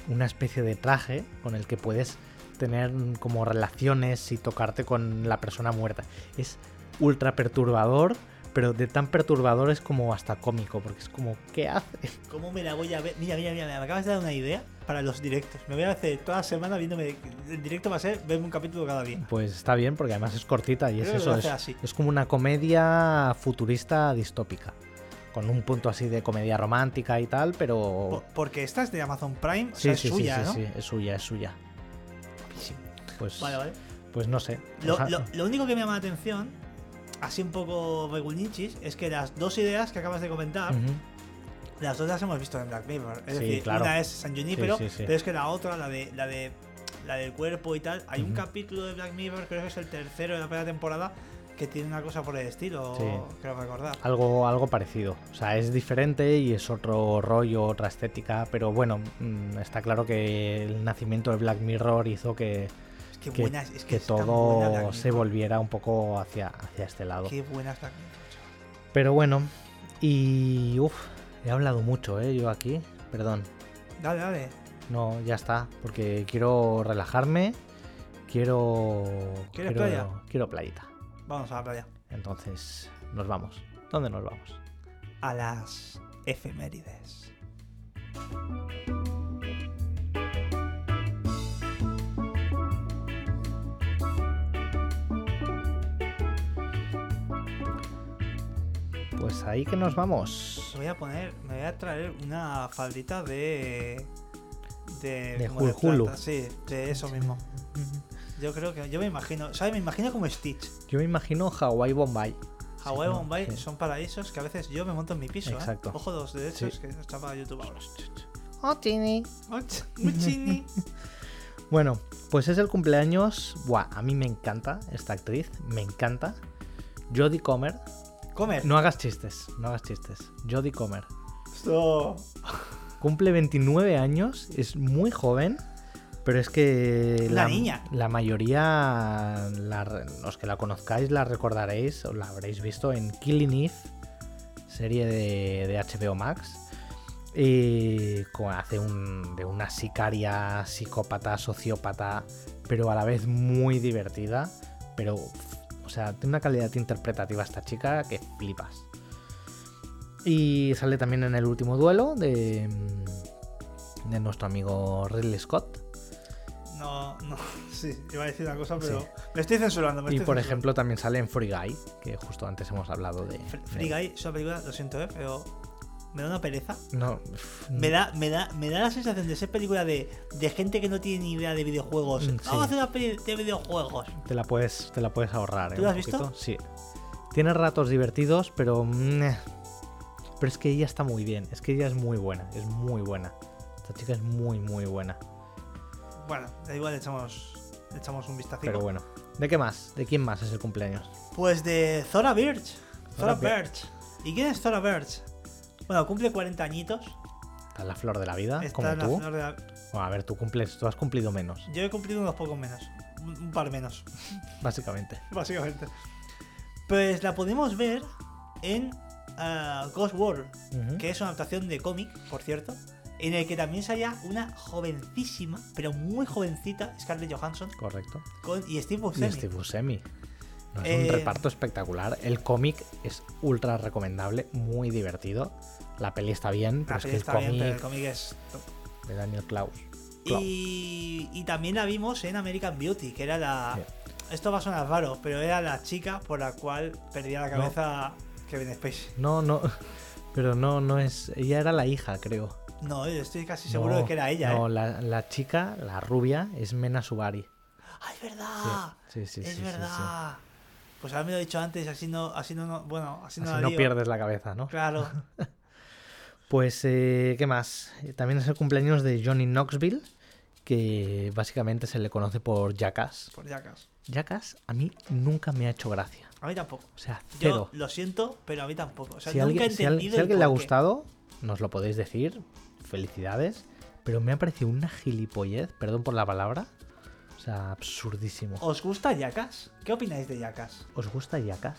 una especie de traje con el que puedes tener como relaciones y tocarte con la persona muerta. Es ultra perturbador, pero de tan perturbador es como hasta cómico, porque es como, ¿qué hace? ¿Cómo me la voy a ver? Mira, mira, mira, mira, me acabas de dar una idea para los directos. Me voy a hacer toda semana viéndome. El directo va a ser verme un capítulo cada día. Pues está bien, porque además es cortita y es Creo que eso, lo hace es, así. es como una comedia futurista distópica, con un punto así de comedia romántica y tal, pero... Po- Porque esta es de Amazon Prime, o Sí, sea, es sí, sí, suya, sí, ¿no? sí, es suya, es suya. Guapísimo. Pues, Vale, vale. pues no sé. Lo, Oja- lo- lo único que me llama la atención, así un poco regulinchis, es que las dos ideas que acabas de comentar, Ujú. las dos las hemos visto en Black Mirror. Es Sí, decir, claro. una es San Junipero, Sí, sí, sí. pero es que la otra, la de la de la del cuerpo y tal, hay un Ujú. capítulo de Black Mirror, creo que es el tercero de la primera temporada, que tiene una cosa por el estilo, Sí. creo recordar. Algo, algo parecido. O sea, es diferente y es otro rollo, otra estética, pero bueno, mm, está claro que el nacimiento de Black Mirror hizo que, Es que, que- buena, es que, que es tan buena todo Black se Mirror. volviera un poco hacia, hacia este lado. Qué buena es Black Mirror, chaval. Pero bueno, y... Uf, he hablado mucho, ¿eh? Yo aquí, perdón. Dale, dale. No, ya está, porque quiero relajarme, quiero... ¿Quieres quiero- playa? Quiero playita. Vamos a la playa. Entonces, nos vamos. ¿Dónde nos vamos? A las efemérides. Pues ahí que nos vamos. Voy a poner, me voy a traer una faldita de. De, De como de Hulhulu. planta, Sí, de eso mismo. Yo creo que, yo me imagino, ¿sabes? Me imagino como Stitch. Yo me imagino Hawái Bombay. Hawái, Sí, ¿no? Bombay Sí. son paraísos que a veces yo me monto en mi piso. ¿eh? Exacto. Ojo dos de esos Sí. que está para YouTube ahora. Oh, Tini. Och, muchini. Bueno, pues es el cumpleaños. Buah, a mí me encanta esta actriz, me encanta. Jodie Comer. Comer. No hagas chistes, no hagas chistes. Jodie Comer. Esto- Cumple 29 años, es muy joven, pero es que Una niña. la mayoría, la re- los que la conozcáis, la recordaréis o la habréis visto en Killing Eve, serie de, de HBO Max. Y co- hace un, de una sicaria, psicópata, sociópata, pero a la vez muy divertida. Pero, o sea, tiene una calidad interpretativa esta chica que flipas. Y sale también en el último duelo de, mm, de nuestro amigo Ridley Scott. No, no. Sí, iba a decir una cosa, Sí. pero. Me estoy censurando. Me Y estoy por censurando. ejemplo también sale en Free Guy, que justo antes hemos hablado de... Fr- Free Guy es una película, lo siento, ¿eh? Pero. Me da una pereza. No, pff, Me da, me, da, me da la sensación de ser película de, de gente que no tiene ni idea de videojuegos. Mm, sí. Vamos a hacer una peli de videojuegos. te, la puedes, te la puedes ahorrar. ¿eh? ¿Tú la un has visto? poquito. Sí. Tiene ratos divertidos, pero... meh. Pero es que ella está muy bien, es que ella es muy buena, es muy buena. Esta chica es muy, muy buena. Bueno, da igual, le echamos, le echamos un vistazo. Pero bueno. ¿De qué más? ¿De quién más es el cumpleaños? Pues de Zora Birch. Zora Zora Bir- Birch. ¿Y quién es Zora Birch? Bueno, cumple 40 añitos. Está en la flor de la vida, Está como en la Ah, tú. flor de la- Bueno, a ver, tú cumples, tú has cumplido menos, Yo he cumplido unos pocos menos. Un, un par menos, básicamente. básicamente. Pues la podemos ver en ah, Ghost World, Ujú. que es una adaptación de cómic, por cierto, en el que también salía una jovencísima, pero muy jovencita, Scarlett Johansson, Correcto. con, y Steve Y Buscemi. este Buscemi. No, es Eh, un reparto espectacular. El cómic es ultra recomendable, muy divertido. La peli está bien, pero La es que peli el está bien, pero el cómic cómic es top. de Daniel Klaus. Claus. Y, y también la vimos en American Beauty, que era la... Bien. Esto va a sonar raro, pero era la chica por la cual perdía la No. cabeza Kevin Spacey. No, no. Pero no, no es. Ella era la hija, creo. No, yo estoy casi seguro No, de que era ella, No, ¿eh? la, la chica, la rubia, es Mena Subari. ¡Ah, es verdad! Sí, sí, sí. es sí, sí, sí. verdad. Pues haberme lo dicho antes, así no, así no, no- bueno, así no, Así la no lío. pierdes la cabeza, ¿no? Claro. Pues, eh, ¿qué más? Eh, También es el cumpleaños de Johnny Knoxville, que básicamente se le conoce por Jackass. Por si acaso. Jackass a mí nunca me ha hecho gracia. A mí tampoco. O sea, Yo cero. lo siento, pero a mí tampoco. O sea, si a nunca alguien, he si a- entendido si a el alguien le ha porqué. gustado, nos lo podéis decir. Felicidades. Pero me ha parecido una gilipollez, perdón por la palabra. O sea, absurdísimo. ¿Os gusta Yakas? ¿Qué opináis de Yakas? ¿Os gusta Jackass?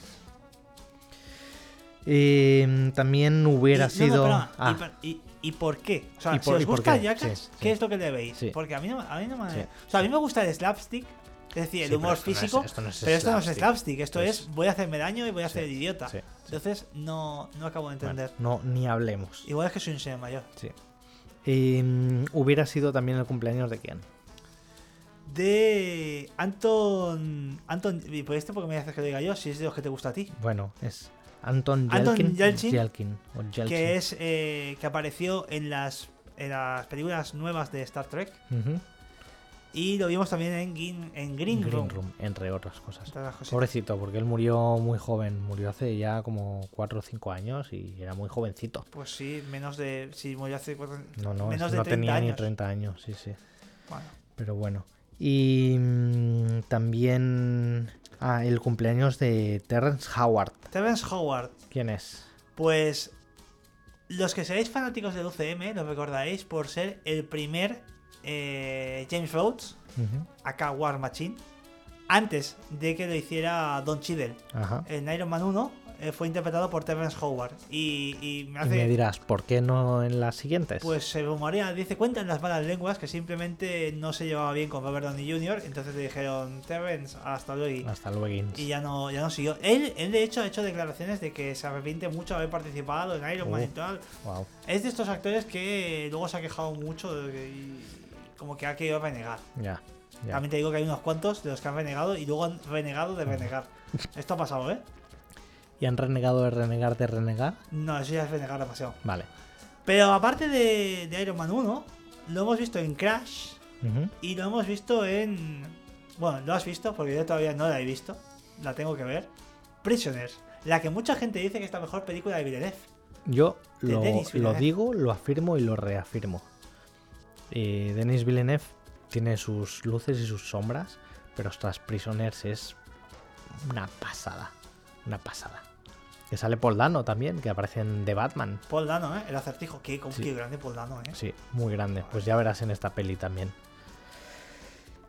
Eh, también hubiera sido. Ah, ¿Y, per- y- y por qué? O sea, ¿Y si por- os y por gusta qué? Yakas, Sí, sí. ¿qué es lo que le veis? Sí. Porque a mí no, a mí no me. Sí. O sea, a mí me gusta el slapstick, es decir, el Sí, pero humor esto no es- físico, esto no es pero esto no es slapstick. slapstick, esto Esto es, voy a hacerme daño y voy a Sí, hacer el idiota. sí, sí. Entonces, no, no acabo de bueno, entender. no, ni hablemos. Igual es que soy un señor mayor. Sí. Eh, hubiera sido también el cumpleaños de quién? de Anton. Anton. ¿Y por este porque me haces que lo diga yo? Si es de los que te gusta a ti. Bueno, es Anton Anton Yelkin. Yelchin. Yelkin, o Yelchin. Que es. eh, que apareció en las. En las películas nuevas de Star Trek. Ujú. Y lo vimos también en, Gin- en Green, Room. entre otras cosas. Entre otras cosas. Pobrecito, porque él murió muy joven, murió hace ya como 4 o 5 años y era muy jovencito. Pues sí, menos de. Si murió hace cuatro- No, no, menos es- de no 30 tenía años. ni 30 años, sí, sí. Bueno, Pero bueno. Y mm, también ah, el cumpleaños de Terrence Howard. Terence Howard. ¿Quién es? Pues. Los que seáis fanáticos del UCM lo recordaréis por ser el primer eh, James Rhodes, Ujú, acá War Machine, antes de que lo hiciera Don Cheadle. Ajá. en Iron Man 1 eh, fue interpretado por Terrence Howard. Y, y Y me me hace. dirás, ¿por qué no en las siguientes? pues se rumorea, dice, cuentan las malas lenguas que simplemente no se llevaba bien con Robert Downey Jr. Entonces le dijeron, Terrence, hasta luego. Hasta luego. Y ya no, ya no siguió. Él, él, de hecho, ha hecho declaraciones de que se arrepiente mucho de haber participado en Iron Man y Uh. tal. Wow. Es de estos actores que luego se ha quejado mucho de que- y como que ha querido renegar. Ya. ya. También te digo que hay unos cuantos de los que han renegado y luego han renegado de renegar. Esto ha pasado, ¿eh? ¿Y han renegado de renegar de renegar? No, eso ya es renegar demasiado. Vale. Pero aparte de, de Iron Man 1, lo hemos visto en Crash Ujú. y lo hemos visto en. Bueno, lo has visto porque yo todavía no la he visto. La tengo que ver. Prisoners, la que mucha gente dice que es la mejor película de Villeneuve. Yo De lo, Denis lo Villeneuve. digo, lo afirmo y lo reafirmo. Eh, Denis Villeneuve tiene sus luces y sus sombras, pero ostras, Prisoners es una pasada. Una pasada. Que sale Paul Dano también, que aparece en The Batman. Paul Dano, ¿eh? El acertijo. Qué, cómo- Sí. qué grande Paul Dano, ¿eh? Sí, muy grande. Pues ya verás en esta peli también.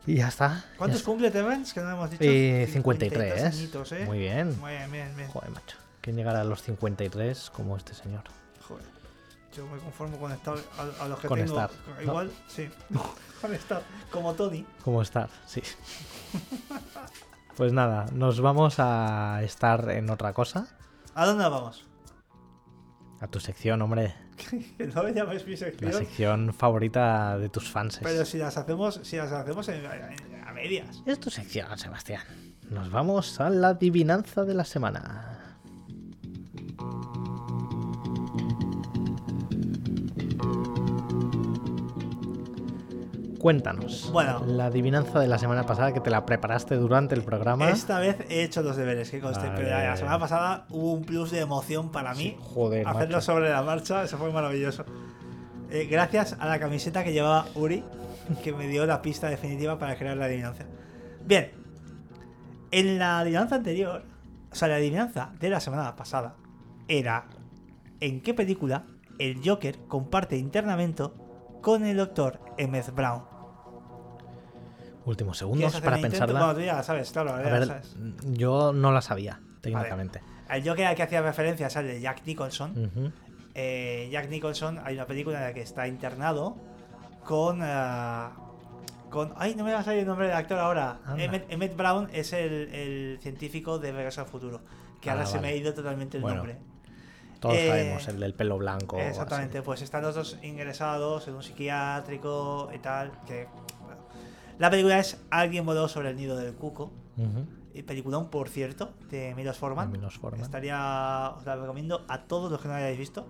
Y ya está. ya ¿Cuántos está. cumple Terrence? Que no hemos dicho. Eh, 53. añitos, ¿eh? Muy bien. Muy bien, bien, bien. Joder, macho. ¿Quién llegará a los 53 como este señor? Joder. Yo me conformo con estar a, a los que Con tengo. estar, ¿no? Igual, sí. con estar. Como Tony. ¿Cómo estar? Sí. Pues nada, nos vamos a estar en otra cosa. ¿A dónde vamos? A tu sección, hombre. Que no me llaméis mi La sección. sección favorita de tus fans. Pero si las hacemos, si las hacemos en- en- a medias. Es tu sección, Sebastián. Nos vamos a la adivinanza de la semana. Cuéntanos. Bueno. La adivinanza de la semana pasada que te la preparaste durante el programa. Esta vez he hecho los deberes que conste, Vale. pero la semana pasada hubo un plus de emoción para mí. Sí, joder, Hacerlo macho. sobre la marcha, eso fue maravilloso. Eh, gracias a la camiseta que llevaba Uri, que me dio la pista definitiva para crear la adivinanza. Bien, en la adivinanza anterior, o sea, la adivinanza de la semana pasada, era en qué película el Joker comparte internamento con el doctor Emmett Brown. Últimos ¿Quieres segundos hacer para el intento? pensarla. Bueno, tú ya la sabes, claro, A ya la ver, sabes. yo no la sabía, técnicamente. Eh, Mm. El Joker al que hacía referencia es el de Jack Nicholson. Ujú. eh, Jack Nicholson, hay una película en la que está internado con. ah, con ay, no me va a salir el nombre del actor ahora. Anda. Emmett, Emmett Brown es el, el científico de Regreso al Futuro. Que Ah, ahora se vale. me ha ido totalmente el Bueno, nombre. Todos Eh, sabemos, el del pelo blanco. o así. Exactamente, pues están los dos ingresados en un psiquiátrico y tal. Que. bueno. La película es Alguien voló sobre el nido del cuco. Ujú. y Peliculón, por cierto, de Milos Forman. De Milos Forman. Estaría. Os la recomiendo a todos los que no la hayáis visto.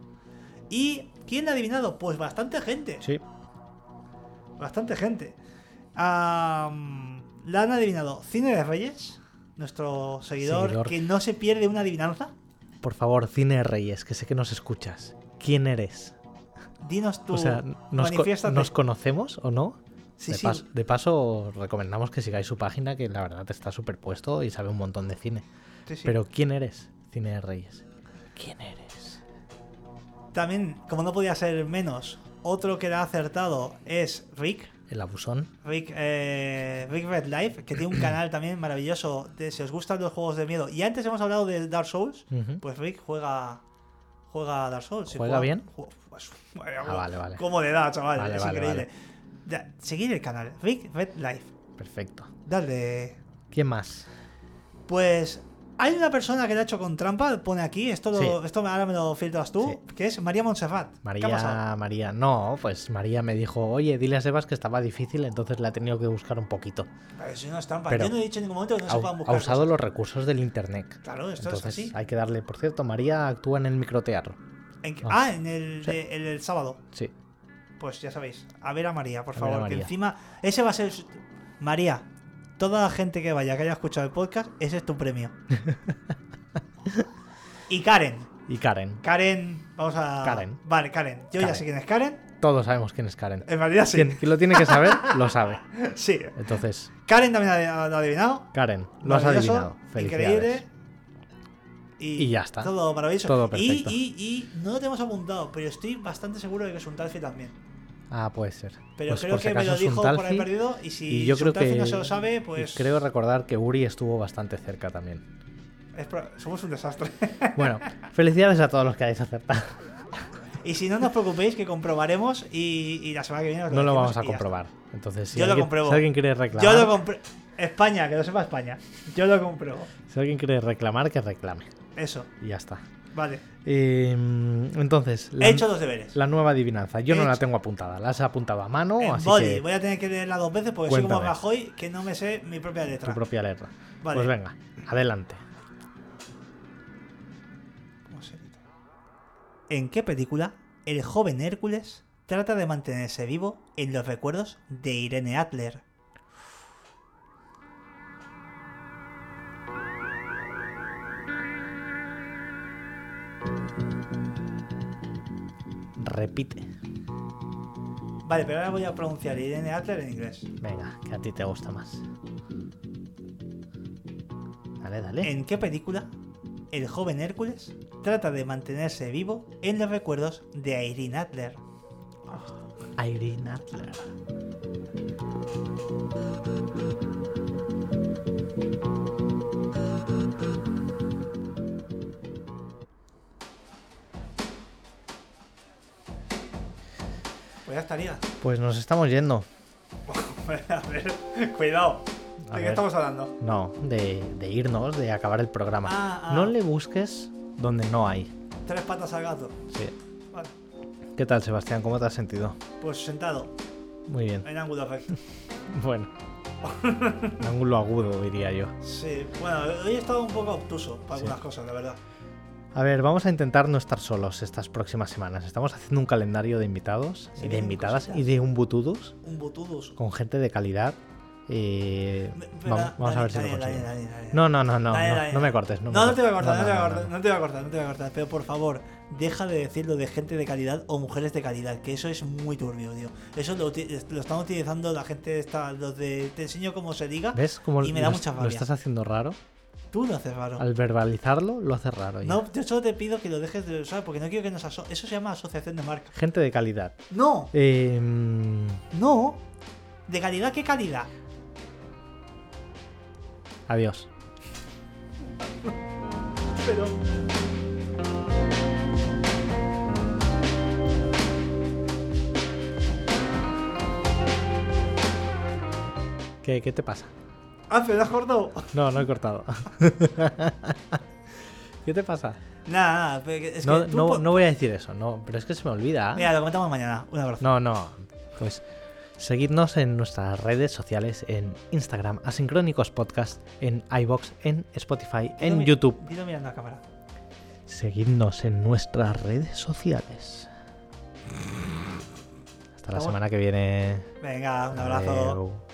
¿Y quién la ha adivinado? Pues bastante gente. Sí, Bastante gente. Am, la han adivinado Cine de Reyes, nuestro seguidor, Seguidor. que no se pierde una adivinanza. por favor, Cine Reyes, que sé que nos escuchas. ¿Quién eres? Dinos tú. o sea, ¿nos, co- manifiéstate. ¿nos conocemos o no? Sí, de, sí. Paso, de paso, os recomendamos que sigáis su página, que la verdad está superpuesto y sabe un montón de cine. sí, sí. Pero ¿quién eres, Cine de Reyes? ¿Quién eres? También, como no podía ser menos, otro que la ha acertado es Rick. El abusón. Rick, eh, Rick Red Life, que tiene un canal también maravilloso. de- si os gustan los juegos de miedo. Y antes hemos hablado de Dark Souls. Ujú. Pues Rick juega. Juega a Dark Souls. y ¿Juega bien? ju- pues, Ah, vale, vale. ¿Cómo le da, chaval? Vale, es vale, increíble. Ya, seguid el canal. Rick Red Life. Perfecto. Dale. ¿Quién más? Pues. Hay una persona que la ha hecho con trampa, pone aquí, esto, lo- Sí. esto ahora me lo filtras tú, que es María Montserrat. ¿Qué ha pasado? María, María, no, pues María me dijo, oye, dile a Sebas que estaba difícil, entonces la he tenido que buscar un poquito. Pero si no es trampa, Pero- yo no he dicho en ningún momento que no Ha, se puedan ha buscar. usado cosas. los recursos del internet. Claro, esto Entonces es así. hay que darle, por cierto, María actúa en el microteatro. En que- No. Ah, en el, Sí. de- el, del sábado. Sí, Pues ya sabéis. A ver a María, por A ver a favor. Que María. encima. Ese va a ser. su- María, toda la gente que vaya, que haya escuchado el podcast, ese es tu premio. y Karen. y Karen. Karen, vamos a. Karen. Vale, Karen. Yo ya Karen. sé quién es Karen. Todos sabemos quién es Karen. En realidad sí. Quien, quien lo tiene que saber, lo sabe. Sí. Entonces, Karen también ha- lo ha adivinado. Karen, lo has Maravilloso, adivinado. Felicidades. Increíble. Y, Y ya está. Todo maravilloso. Todo y, perfecto. y, y no lo tenemos apuntado, pero estoy bastante seguro de que es un Talfi también. Ah, puede ser. Pero Pues creo por si que me acaso lo es un dijo por ahí talfi, perdido y si y yo creo Suntalfi que no se lo sabe, pues y creo recordar que Uri estuvo bastante cerca también. es pro- somos un desastre. Bueno, felicidades a todos los que hayáis acertado. y si no, no os preocupéis que comprobaremos y, y la semana que viene os No lo decimos vamos a y ya comprobar. Entonces, si, Yo lo alguien, compruebo. si alguien quiere está. reclamar, Yo lo compro... España, que lo sepa España. Yo lo compruebo. si alguien quiere reclamar, que reclame. Eso, Y ya está. vale. Eh, entonces, la, He hecho los deberes. la nueva adivinanza. Yo He no la hecho- tengo apuntada. La has apuntado a mano, En así body, que voy a tener que leerla dos veces porque soy como Cuéntame. Rajoy que no me sé mi propia tu letra. propia letra. Vale. Pues venga, adelante. ¿Cómo se edita? ¿En qué película el joven Hércules trata de mantenerse vivo en los recuerdos de Irene Adler? Repite. Vale, pero ahora voy a pronunciar Irene Adler en inglés. Venga, que a ti te gusta más. Dale, dale. ¿En qué película el joven Hércules trata de mantenerse vivo en los recuerdos de Irene Adler? Irene Adler. Pues ya estaría. Pues nos estamos yendo. Pues, a ver, cuidado. A ¿De qué ver. estamos hablando? No, de, de irnos, de acabar el programa. Ah, ah. No le busques donde no hay. Tres patas al gato. Sí. Vale, ¿Qué tal, Sebastián? ¿Cómo te has sentido? pues sentado, Muy bien. en ángulo recto. Bueno. Ángulo agudo, diría yo. Sí, bueno, hoy he estado un poco obtuso para Sí. algunas cosas, la verdad. A ver, vamos a intentar no estar solos estas próximas semanas. Estamos haciendo un calendario de invitados Sí, y de vienen invitadas cositas. y de umbutudus Un butudus. con gente de calidad. Eh, Me- vam- espera, vamos, a ver si Daniel, lo Daniel, conseguimos. Daniel, Daniel. No, no, no, no, Dale, no, dale, no me dale. cortes. No, me No, no cortes. te voy a cortar, no, te voy a no, cortar, no te voy a cortar, no te voy a cortar. Pero por favor, deja de decir lo de gente de calidad o mujeres de calidad, que eso es muy turbio, tío. Eso lo, uti- lo están utilizando la gente, esta, los de te enseño cómo se diga. ¿Ves cómo Y me lo, da es- mucha lo rabia. estás haciendo raro? Tú lo haces raro. Al verbalizarlo, lo haces raro. ya. No, yo solo te pido que lo dejes de usar porque no quiero que nos aso Eso se llama asociación de marca. Gente de calidad. No, Eh, mm, no. ¿De calidad qué calidad? adiós. Pero. ¿Qué, qué te pasa? Alfred, ¿has cortado? No, no he cortado. ¿Qué te pasa? Nada, nada. pero que- Es no, que tú no- po- no voy a decir eso, no, pero es que se me olvida. Mira, lo comentamos mañana. Un abrazo. No, no. Pues seguidnos en nuestras redes sociales, en Instagram, Asincrónicos Podcast, en iBox, en Spotify, Dilo en mi- YouTube. Dilo mirando a cámara. Seguidnos en nuestras redes sociales. Hasta la Estamos- semana que viene. Venga, un abrazo. Adeu.